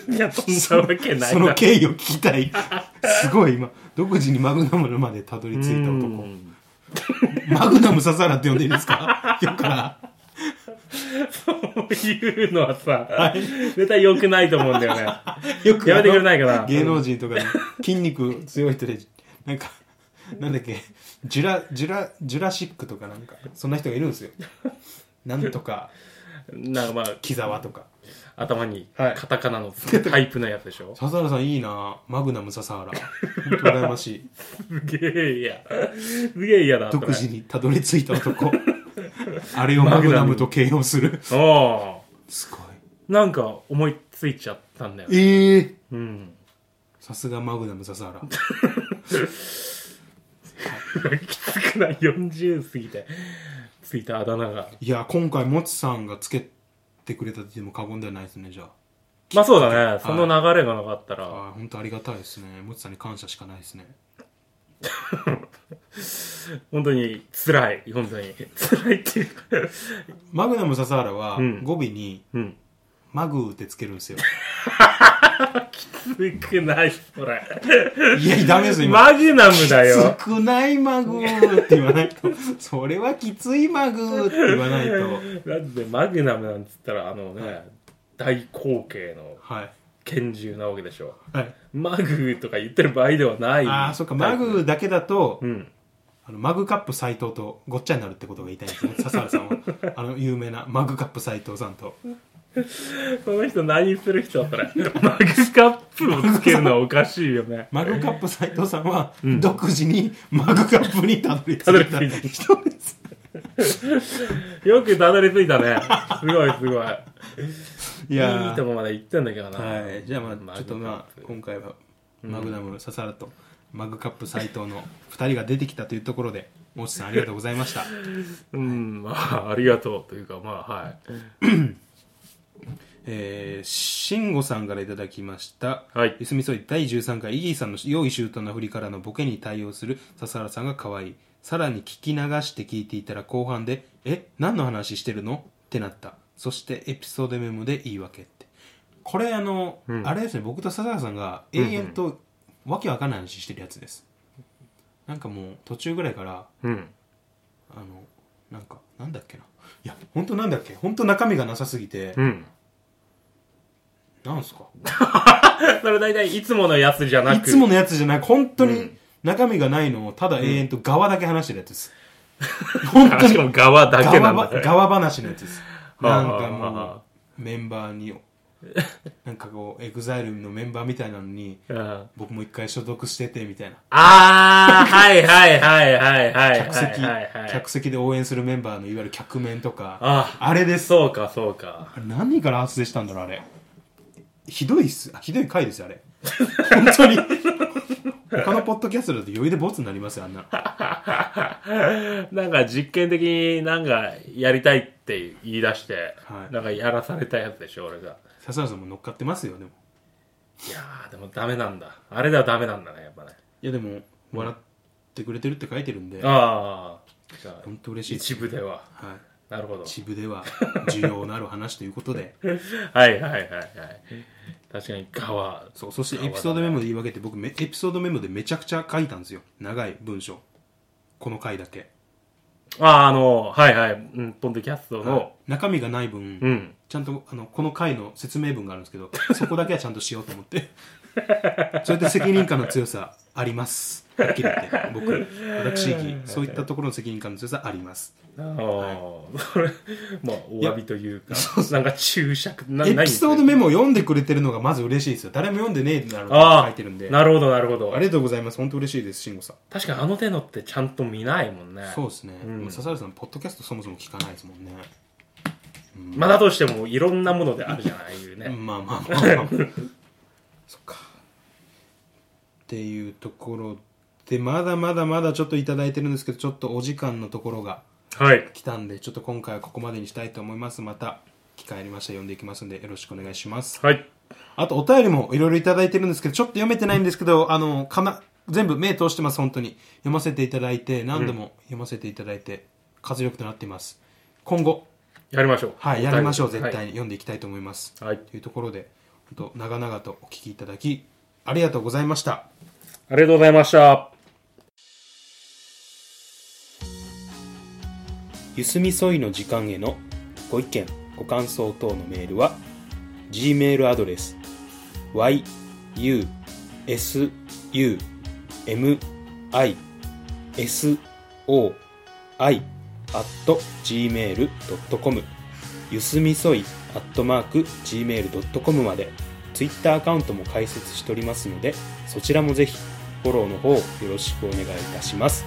S2: に
S1: いや、そんなわけない
S2: その
S1: な。
S2: 経緯を聞きた いすごい今独自にマグナムまでたどり着いた
S1: う
S2: 男
S1: ん
S2: マグナムササラって呼んでいいです かよっから
S1: そういうのはさ、絶対良くないと思うんだよね。
S2: よく
S1: やめてくれないかな
S2: 芸能人とかに筋肉強い人でなんかなんだっけジュラジュラジュラシックとかなんかそんな人がいるんですよなんとか
S1: なんかまあ、
S2: 木沢とか
S1: 頭に
S2: はい
S1: カタカナのタイプのやつでしょ。
S2: 笹原さんいいなマグナム笹原本当羨 ましい
S1: すげえ嫌。すげえ嫌だ。それ
S2: 独自にたどり着いた男あれをマグナムと形容 する
S1: お
S2: すごい
S1: ーなんか思いついちゃったんだよ。
S2: ええー
S1: うん。
S2: さすがマグナム笹原
S1: きつくない40過ぎてついたあだ名が
S2: いや今回モツさんがつけてくれたって言っても過言ではないですねじゃ
S1: まあそうだねその流れがなかったら、
S2: ああ本当ありがたいですねモツさんに感謝しかないですね
S1: 本当に辛い本当に辛いっていうか
S2: マグナム笹原は
S1: ん
S2: 語尾に
S1: うん
S2: マグーってつけるんですよ、
S1: きつくないそれ
S2: いやダメですよ今
S1: マグナムだよ
S2: 少ないマグーって言わないとそれはきついマグーって言わないと
S1: だってマグナムなんつったらあのね大口径の
S2: はい
S1: 拳銃なわけでしょ
S2: はい
S1: マグーとか言ってる場合ではない
S2: ああそっかマグーだけだと、
S1: うん
S2: あのマグカップ斎藤とごっちゃになるってことが言いたいんですね笹原さんはあの有名なマグカップ斎藤さんと
S1: その人何する人それマグカップをつけるのはおかしいよね
S2: マグカップ斎藤さんは、独自にマグカップにたどり着い
S1: たどり着
S2: た
S1: いた
S2: 人です。
S1: よくたどり着いたね。すごいすごい。
S2: い
S1: い
S2: や
S1: いとこまで行ったんだけどな。
S2: はい。じゃあま
S1: マグ
S2: あ、
S1: カ
S2: ちょっとまあ
S1: ッ、プ
S2: 今回は、マグナム笹原と、マグカップ斎藤の2人が出てきたというところで、もちさんありがとうございました。
S1: うん、まあ、ありがとうというか、まあ、はい。
S2: えー、慎吾さんからいただきました。
S1: はい
S2: ゆすみそい第13回、イギーさんの用意周到な振りからのボケに対応する笹原さんが可愛い。さらに聞き流して聞いていたら後半で、え、何の話してるのってなった。そしてエピソードメモで言い訳って。これあの、あれですね、僕と笹原さんが永遠とわけわかんない話してるやつです。なんかもう途中ぐらいから、
S1: うん。
S2: あの、なんか、なんだっけな。いや、ほんとなんだっけ。ほんと中身がなさすぎて、
S1: うん。
S2: なんすか
S1: それ大体いつものやつじゃないく。
S2: つものやつじゃない、本当に中身がないのを、ただ永遠と側だけ話してるや つです。本当
S1: あしか
S2: に
S1: も側だけ
S2: 側
S1: なんだ
S2: ば。側話のやつです。
S1: は
S2: な
S1: あ
S2: んか
S1: はあ
S2: も
S1: は
S2: う、メンバーに、なんかこう、エグザイルのメンバーみたいなのに、
S1: うん
S2: 僕も一回所属してて、みたいな。
S1: あー、はいはいはいはいはい。
S2: 客席
S1: はいはい、はい
S2: 客。席で応援するメンバーの、いわゆる客面とか、
S1: あ、
S2: あれです。
S1: そうかそうか。
S2: あれ何から発生したんだろう、あれ。ひどいっす。あひどい回ですよ、あれ。本 当に。他のポッドキャストだと余裕でボツになりますよ、あんなの。
S1: なんか実験的になんかやりたいって言い出して、
S2: はい
S1: なんかやらされたやつでしょ、俺が。
S2: 笹原さんも乗っかってますよでも
S1: いやー、でもダメなんだ。あれではダメなんだね、やっぱね。
S2: いやでも笑ってくれてるって書いてるんで
S1: ああ、じゃあ
S2: 本当嬉しいです
S1: 一部では。
S2: はい
S1: なるほど。
S2: 一部では需要のある話ということで
S1: はいはいはいはい。確かに側。
S2: そうそしてエピソードメモで言い訳って僕めエピソードメモでめちゃくちゃ書いたんですよ長い文章この回だけ
S1: ああ、あの、はいはい。うん、ポンドキャストの、
S2: 中身がない分、
S1: うん。
S2: ちゃんとあのこの回の説明文があるんですけ どそこだけはちゃんとしようと思ってそうやって責任感の強さありますはっきり言って、僕、 私、そういったところの責任感の強さあります。
S1: ああ、それ、まあ、お詫びというか、なんか注釈、な
S2: エピソード
S1: メ
S2: メモを読んでくれてるのがまず嬉しいですよ。誰も読んでねえだ
S1: あ
S2: ろうと
S1: あ、
S2: 書いてるんで。あ
S1: なるほど、なるほど。
S2: りがとうございます。本当嬉しいです、慎吾さん。
S1: 確かにあの手のってちゃんと見ないもんね。
S2: そうですね。
S1: うん
S2: もう笹原さん、ポッドキャストそもそも聞かないですもんね。うん
S1: まあだとしても、いろんなものであるじゃない、ああいうね。
S2: まあまあまあ、まあ、そっかっていうところでまだまだまだちょっといただいてるんですけどちょっとお時間のところが
S1: はい。
S2: 来たんでちょっと今回はここまでにしたいと思いますまた機会ありましたら読んでいきますんでよろしくお願いします
S1: はい。
S2: あとお便りもいろいろいただいてるんですけどちょっと読めてないんですけどあのかな全部目通してます本当に読ませていただいて何度も読ませていただいて、活力となっています今後
S1: やりましょう。
S2: はいやりましょう絶対に、
S1: はい。
S2: 読んでいきたいと思います
S1: はい
S2: というところで本当長々とお聞きいただきありがとうございました
S1: ありがとうございました。
S2: ゆすみそいの時間へのご意見ご感想等のメールは g メールアドレス y u s u m i s o i gmail.com ゆすみそい gmail.com まで Twitter アカウントも開設しておりますのでそちらもぜひフォローの方よろしくお願いいたします